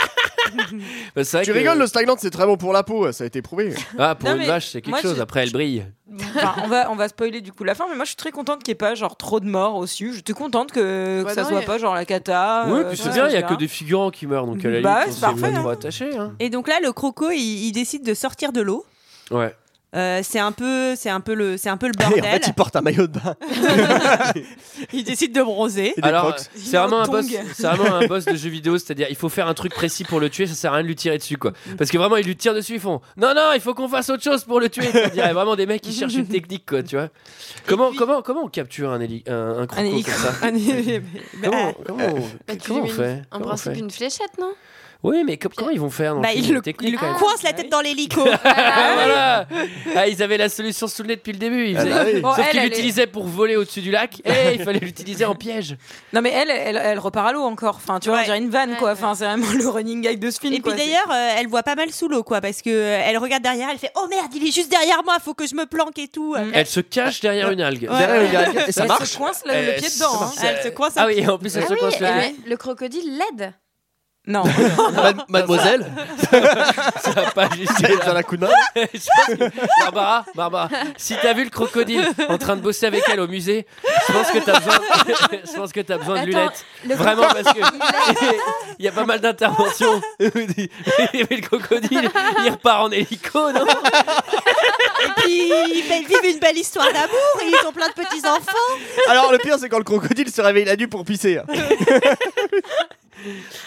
Bah, c'est vrai tu que- rigoles, le stagnant, c'est très bon pour la peau. Ça a été prouvé. Ah, pour Non, une mais vache, c'est quelque moi, chose. je- Après, elle brille. parce que- Enfin, on va, on va spoiler du coup la fin. Mais moi je suis très contente qu'il n'y ait pas genre trop de morts aussi. Je suis contente que, que Bah ça non, soit il- pas genre la cata. oui, euh, puis c'est tout bien, ça, il n'y a etc. que des figurants qui meurent, donc à la Bah ouais, limite, c'est on s'est parfait, pas hein. trop attaché. hein. Et donc là, le croco, il, il décide de sortir de l'eau. Ouais. Euh, c'est un peu, c'est un peu le, c'est un peu le Et Ah Bah, en bordel. fait, il porte un maillot de bain. il décide de bronzer. Et des Alors, crocs. euh, c'est vraiment, un Tongue. boss, c'est vraiment un boss de jeu vidéo, c'est-à-dire il faut faire un truc précis pour le tuer, ça sert à rien de lui tirer dessus, quoi. Parce que vraiment, ils lui tirent dessus, ils font Non, non, il faut qu'on fasse autre chose pour le tuer. Il y a vraiment des mecs qui cherchent une technique, quoi, tu vois. Comment, comment, comment on capture un, héli- un, un croco Un comme hélico- ça un hé- Bah, Euh, Comment, comment, on- Bah, tu comment on lui mets fait une- En Comment on principe, fait une fléchette, non Oui, mais co- comment ils vont faire dans Bah, le film il le, Technique, il le quand même. coince la tête dans l'hélico. Ah, voilà ah, Ils avaient la solution sous le nez depuis le début. Ils Ah, faisaient- bah oui. Bon, Sauf Oh, elle, qu'ils elle est- l'utilisaient pour voler au-dessus du lac. Et il fallait l'utiliser en piège. Non mais elle, elle, elle repart à l'eau encore. Enfin, tu vois, Ouais. on dirait une vanne Ouais, quoi. ouais. Enfin, c'est vraiment le running gag de ce film. Et quoi. puis d'ailleurs, euh, elle voit pas mal sous l'eau, quoi, parce que euh, elle regarde derrière, elle fait Oh merde, il est juste derrière moi, faut que je me planque et tout. Euh, Mm. Elle se cache derrière une algue. Eh, Ouais. Derrière, il y a- Et C'est- ça elle marche. se coince le, le Euh, pied dedans. hein. ça- Elle se coince Ah un oui, en plus, elle Ah se oui, coince le elle- nez. le crocodile l'aide. Non. Mad- Mademoiselle, Ça va Ah, pas juste. elle tient la coup de main. Je pense que- Barbara, Barbara, si t'as vu le crocodile en train de bosser avec elle au musée, je pense que t'as besoin, je pense que t'as besoin de Attends, lunettes. le Vraiment, parce que il y a pas mal d'interventions. Mais le crocodile, il repart en hélico, non Et puis ils fa- vivent une belle histoire d'amour, et ils ont plein de petits enfants. Alors, le pire, c'est quand le crocodile se réveille la nuit pour pisser. hein.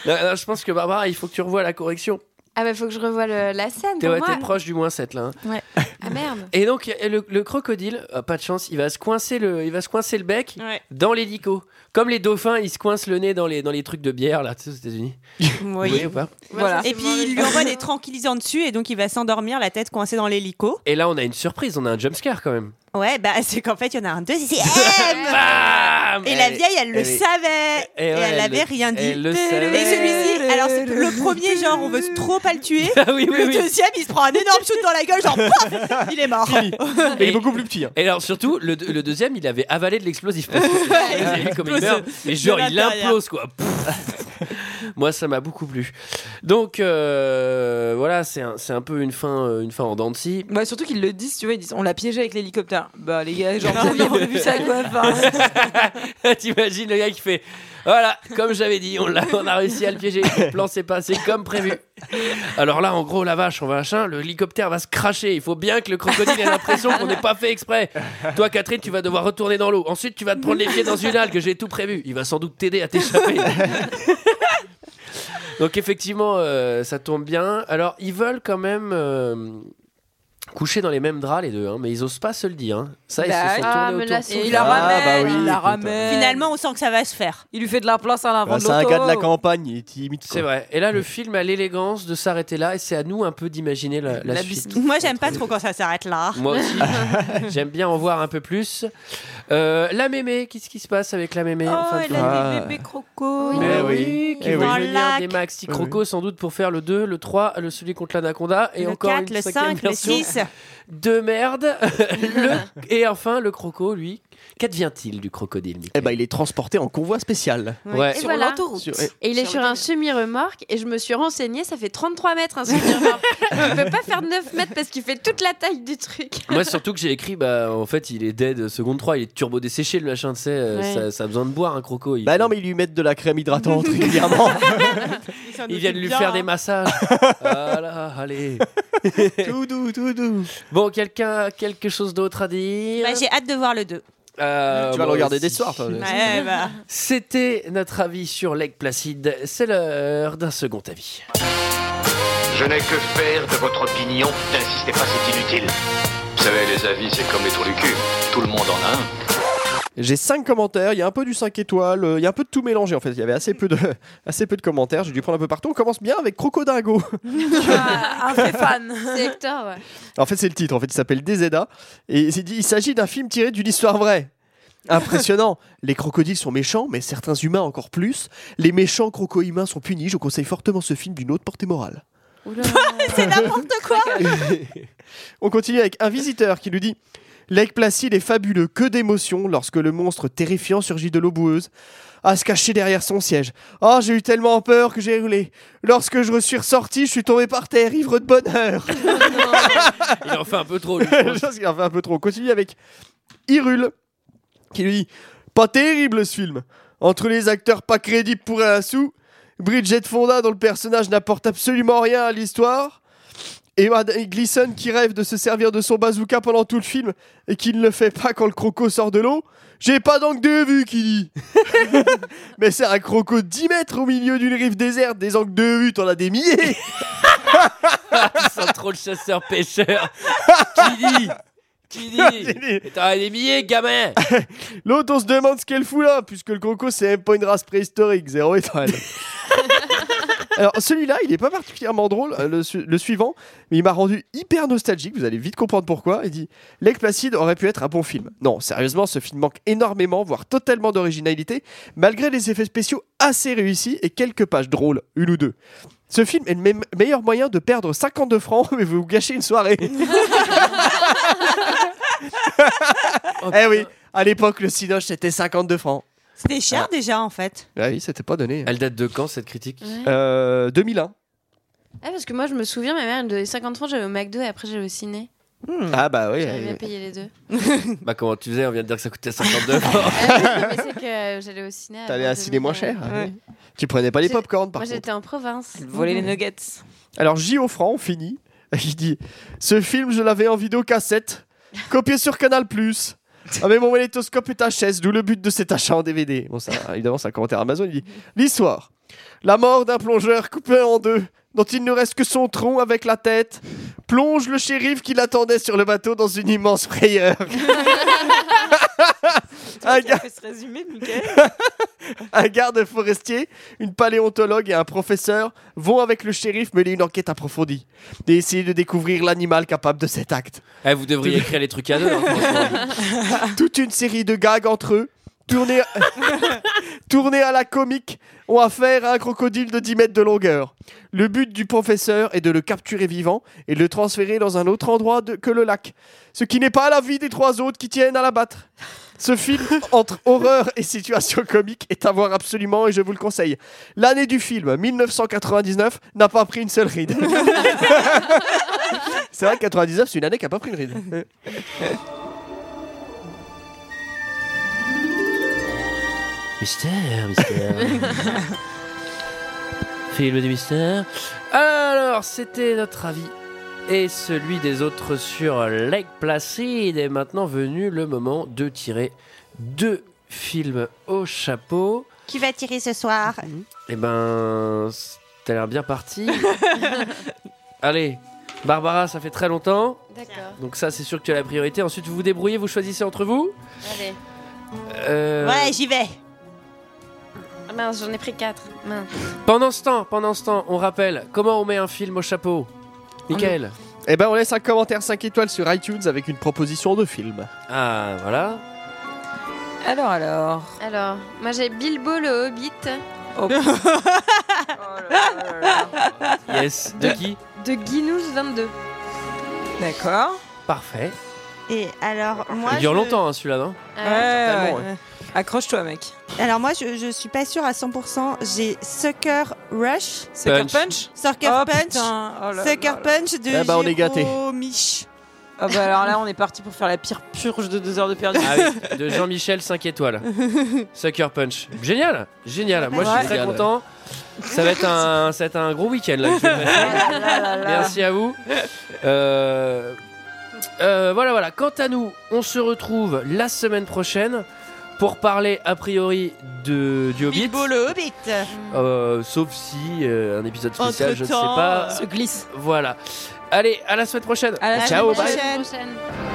Non, non, Je pense que Barbara, il faut que tu revoies la correction. Ah bah faut que je revoie le- la scène T'es pour ouais, moi. t'es proche du moins 7 là. hein. Ah merde. Et donc et le, le crocodile, euh, pas de chance, il va se coincer le, il va se coincer le bec Ouais. dans l'hélico. Comme les dauphins, ils se coincent le nez dans les, dans les trucs de bière là, tu sais, aux États-Unis. Vous voyez ou pas Voilà. Et puis il lui envoie des tranquillisants dessus, et donc il va s'endormir, la tête coincée dans l'hélico. Et là, on a une surprise, on a un jumpscare quand même. Ouais, bah c'est qu'en fait il y en a un deuxième. Ah, Bam Ah. Eh. Et la Elle- vieille, elle le elle est- savait. Et Et, ouais, elle elle avait le- rien dit. Et elle le savait. celui-ci, alors c'est le premier, genre, on veut trop pas le tuer. Ah oui, oui, Le oui. deuxième, il se prend un énorme shoot dans la gueule, genre, paf, il est mort. Mais il est beaucoup plus petit. hein. Et alors surtout, le, le deuxième, il avait avalé de l'explosif. Parce que- Vous avez vu comme il explose meurt. Mais genre, de il l'intérieur. implose quoi. Pfff. Moi, ça m'a beaucoup plu. Donc euh, voilà, c'est un, c'est un peu une fin, euh, une fin en dents de scie. Bah, surtout qu'ils le disent, tu vois, ils disent on l'a piégé avec l'hélicoptère. Bah les gars, genre vous aviez vu ça quoi enfin, T'imagines le gars qui fait Voilà, comme j'avais dit, on, l'a- on a réussi à le piéger. Le plan s'est passé comme prévu. Alors là, en gros, la vache, on va machin, le l'hélicoptère va se cracher. Il faut bien que le crocodile ait l'impression qu'on n'est pas fait exprès. Toi, Catherine, tu vas devoir retourner dans l'eau. Ensuite, tu vas te prendre les pieds dans une algue. J'ai tout prévu. Il va sans doute t'aider à t'échapper. Donc effectivement, euh, ça tombe bien. Alors, ils veulent quand même euh, coucher dans les mêmes draps les deux, hein, mais ils osent pas se le dire. hein. Ça, ils se sont Ah, tournés autour. Ah, bah mais là, c'est- il la bah ramène, il la ramène. Euh, Finalement, on sent que ça va se faire. Il lui fait de la place à l'avant Bah, de c'est un l'auto. gars de la campagne, il est timide. quoi. C'est vrai. Et là, le film a l'élégance de s'arrêter là, et c'est à nous un peu d'imaginer la, la suite. Moi, j'aime pas trop quand ça s'arrête là. Moi aussi. J'aime bien en voir un peu plus. Euh, la mémé, qu'est-ce qui se passe avec la Oh, mémé en fin de compte crocos. Ah Mais euh, oui, qui Dans vont le devenir lac. des maxi crocos sans doute pour faire le 2, le 3, le celui contre l'anaconda et Le encore 4, une le cinquième 5, le version 6. de merde. Le- et enfin le croco lui, qu'advient-il du crocodile Eh ben, il est transporté en convoi spécial. Ouais. Et voilà. Sur- Et il est sur un semi-remorque et je me suis renseignée, ça fait 33 mètres un semi-remorque. tu peux pas faire 9 mètres parce qu'il fait toute la taille du truc. Moi, surtout que j'ai écrit, bah, en fait, il est dead seconde 3, il est turbo desséché, le machin, tu sais, euh, Ouais. ça, ça a besoin de boire un croco. Il, Bah non, mais ils lui mettent de la crème hydratante régulièrement. il vient de lui bien, faire hein. des massages. voilà, allez. tout doux, tout doux. Bon, quelqu'un a quelque chose d'autre à dire Bah, J'ai hâte de voir le 2. Euh, Tu vas le moi regarder aussi. dès ce soir, toi. Ouais, bah. C'était notre avis sur Lake Placide. C'est l'heure d'un second avis. Je n'ai que faire de votre opinion. N'insistez pas, c'est inutile. Vous savez, les avis, c'est comme les trous du cul. Tout le monde en a un. J'ai 5 commentaires, il y a un peu du 5 étoiles, euh, il y a un peu de tout mélangé en fait. Il y avait assez peu de, assez peu de commentaires, j'ai dû prendre un peu partout. On commence bien avec Crocodingo. un vrai fan. C'est Hector, ouais. En fait, c'est le titre. En fait, il s'appelle DZA. Et c'est dit, il s'agit d'un film tiré d'une histoire vraie. Impressionnant. Les crocodiles sont méchants, mais certains humains encore plus. Les méchants croco-humains sont punis. Je conseille fortement ce film d'une haute portée morale. C'est n'importe quoi. On continue avec un visiteur qui nous dit Lake Placide est fabuleux, que d'émotion lorsque le monstre terrifiant surgit de l'eau boueuse. À se cacher derrière son siège. Oh, j'ai eu tellement peur que j'ai roulé. Lorsque je suis ressorti, je suis tombé par terre, ivre de bonheur. Il en fait un peu trop. lui. Je pense qu'il en fait un peu trop. On continue avec Irul, qui lui dit Pas terrible ce film. Entre les acteurs pas crédibles pour un sou, Bridget Fonda, dont le personnage n'apporte absolument rien à l'histoire, et Mad- et Gleason qui rêve de se servir de son bazooka pendant tout le film et qui ne le fait pas quand le croco sort de l'eau. J'ai pas d'angle de vue, qui dit. Mais c'est un croco de 10 mètres au milieu d'une rive déserte, des angles de vue, t'en as des milliers. Il sent trop le chasseur-pêcheur. Qui dit Qui dit T'as des billets, gamin L'autre, on se demande ce qu'elle fout là, puisque le croco, c'est même pas une race préhistorique, zéro étoile. Alors, celui-là, il est pas particulièrement drôle, euh, le, su- le suivant, mais il m'a rendu hyper nostalgique, vous allez vite comprendre pourquoi. Il dit Lake Placide aurait pu être un bon film. Non, sérieusement, ce film manque énormément, voire totalement d'originalité, malgré les effets spéciaux assez réussis et quelques pages drôles, une ou deux. Ce film est le me- meilleur moyen de perdre 52 francs, mais vous gâchez une soirée. eh oui, à l'époque, le Cinoche, c'était 52 francs. C'était cher déjà en fait. Ah oui, c'était pas donné. Elle date de quand cette critique Euh, 2001. Ah, parce que moi, je me souviens, ma mère, elle me donnait 50 francs, j'allais au McDo et après, j'allais au ciné. Ah bah oui. Hmm. J'avais bien oui. payé les deux. Bah, comment tu faisais On vient de dire que ça coûtait 52 Ah, mais c'est que j'allais au ciné. T'allais avant à de ciné me- moins cher. Ouais. oui. Tu prenais pas les J'ai- popcorn par Moi, contre. j'étais en province. Voler les nuggets. Alors J. Offrand, on finit. Il dit Ce film, je l'avais en vidéo cassette, copié sur Canal. Ah, Avec mon magnétoscope et ta chaise, d'où le but de cet achat en DVD. Bon, ça, évidemment, c'est un commentaire Amazon. Il dit L'histoire. La mort d'un plongeur coupé en deux, dont il ne reste que son tronc avec la tête, plonge le shérif qui l'attendait sur le bateau dans une immense frayeur. un, Il a gar- fait ce résumé, Michael. un garde forestier, une paléontologue et un professeur vont avec le shérif mener une enquête approfondie et essayer de découvrir l'animal capable de cet acte. Eh, Vous devriez écrire les trucs à deux. hein, franchement. Toute une série de gags entre eux, tournés, tournés à la comique, ont affaire à un crocodile de 10 mètres de longueur. Le but du professeur est de le capturer vivant et de le transférer dans un autre endroit de- que le lac, ce qui n'est pas l'avis des trois autres qui tiennent à l'abattre. Ce film, entre horreur et situation comique, est à voir absolument et je vous le conseille. L'année du film, 1999, n'a pas pris une seule ride. c'est vrai que 99, c'est une année qui n'a pas pris une ride. Et Mystère, mystère. Film du mystère. Alors, c'était notre avis et celui des autres sur Lake Placid. Et maintenant venu le moment de tirer deux films au chapeau. Qui va tirer ce soir Eh ben, c- t'as l'air bien parti. Allez, Barbara, ça fait très longtemps. D'accord. Donc ça, c'est sûr que tu as la priorité. Ensuite, vous vous débrouillez, vous choisissez entre vous. Allez. Euh, Ouais, j'y vais. Ah mince, j'en ai pris 4. Mince. Pendant ce temps, pendant ce temps, on rappelle comment on met un film au chapeau. Michael. Eh ben, on laisse un commentaire 5 étoiles sur iTunes avec une proposition de film. Ah, voilà. Alors, alors. Alors, moi j'ai Bilbo le Hobbit Yes. Euh. De qui de Guinous 22. D'accord. Parfait. Et alors, moi. Il dure je- longtemps hein, celui-là, non Ouais, Certainement, ouais. ouais. Accroche-toi, mec. Alors moi, je, je suis pas sûre à 100%. J'ai Sucker Rush. Sucker Punch. Punch Sucker Oh, Punch. putain. Oh là Sucker là là. Punch de Eh ben, on est gâtés. Jérôme Mich. Ah bah alors là, on est parti pour faire la pire purge de deux heures de perdu. Ah oui, de Jean-Michel 5 étoiles. Sucker Punch. Génial, génial. Moi, je Ouais. suis très Génial, content. Ça va être un, ça va être un gros week-end là. que je vais Ah, passer. Merci à vous. Euh, euh, voilà, voilà. Quant à nous, on se retrouve la semaine prochaine pour parler a priori de du Hobbit. Bilbo le Hobbit. Euh, sauf si euh, un épisode spécial, je ne sais Entre-temps, pas. euh, se glisse. Voilà. Allez, à la semaine prochaine. À la Ciao, semaine bye. prochaine. Prochaine.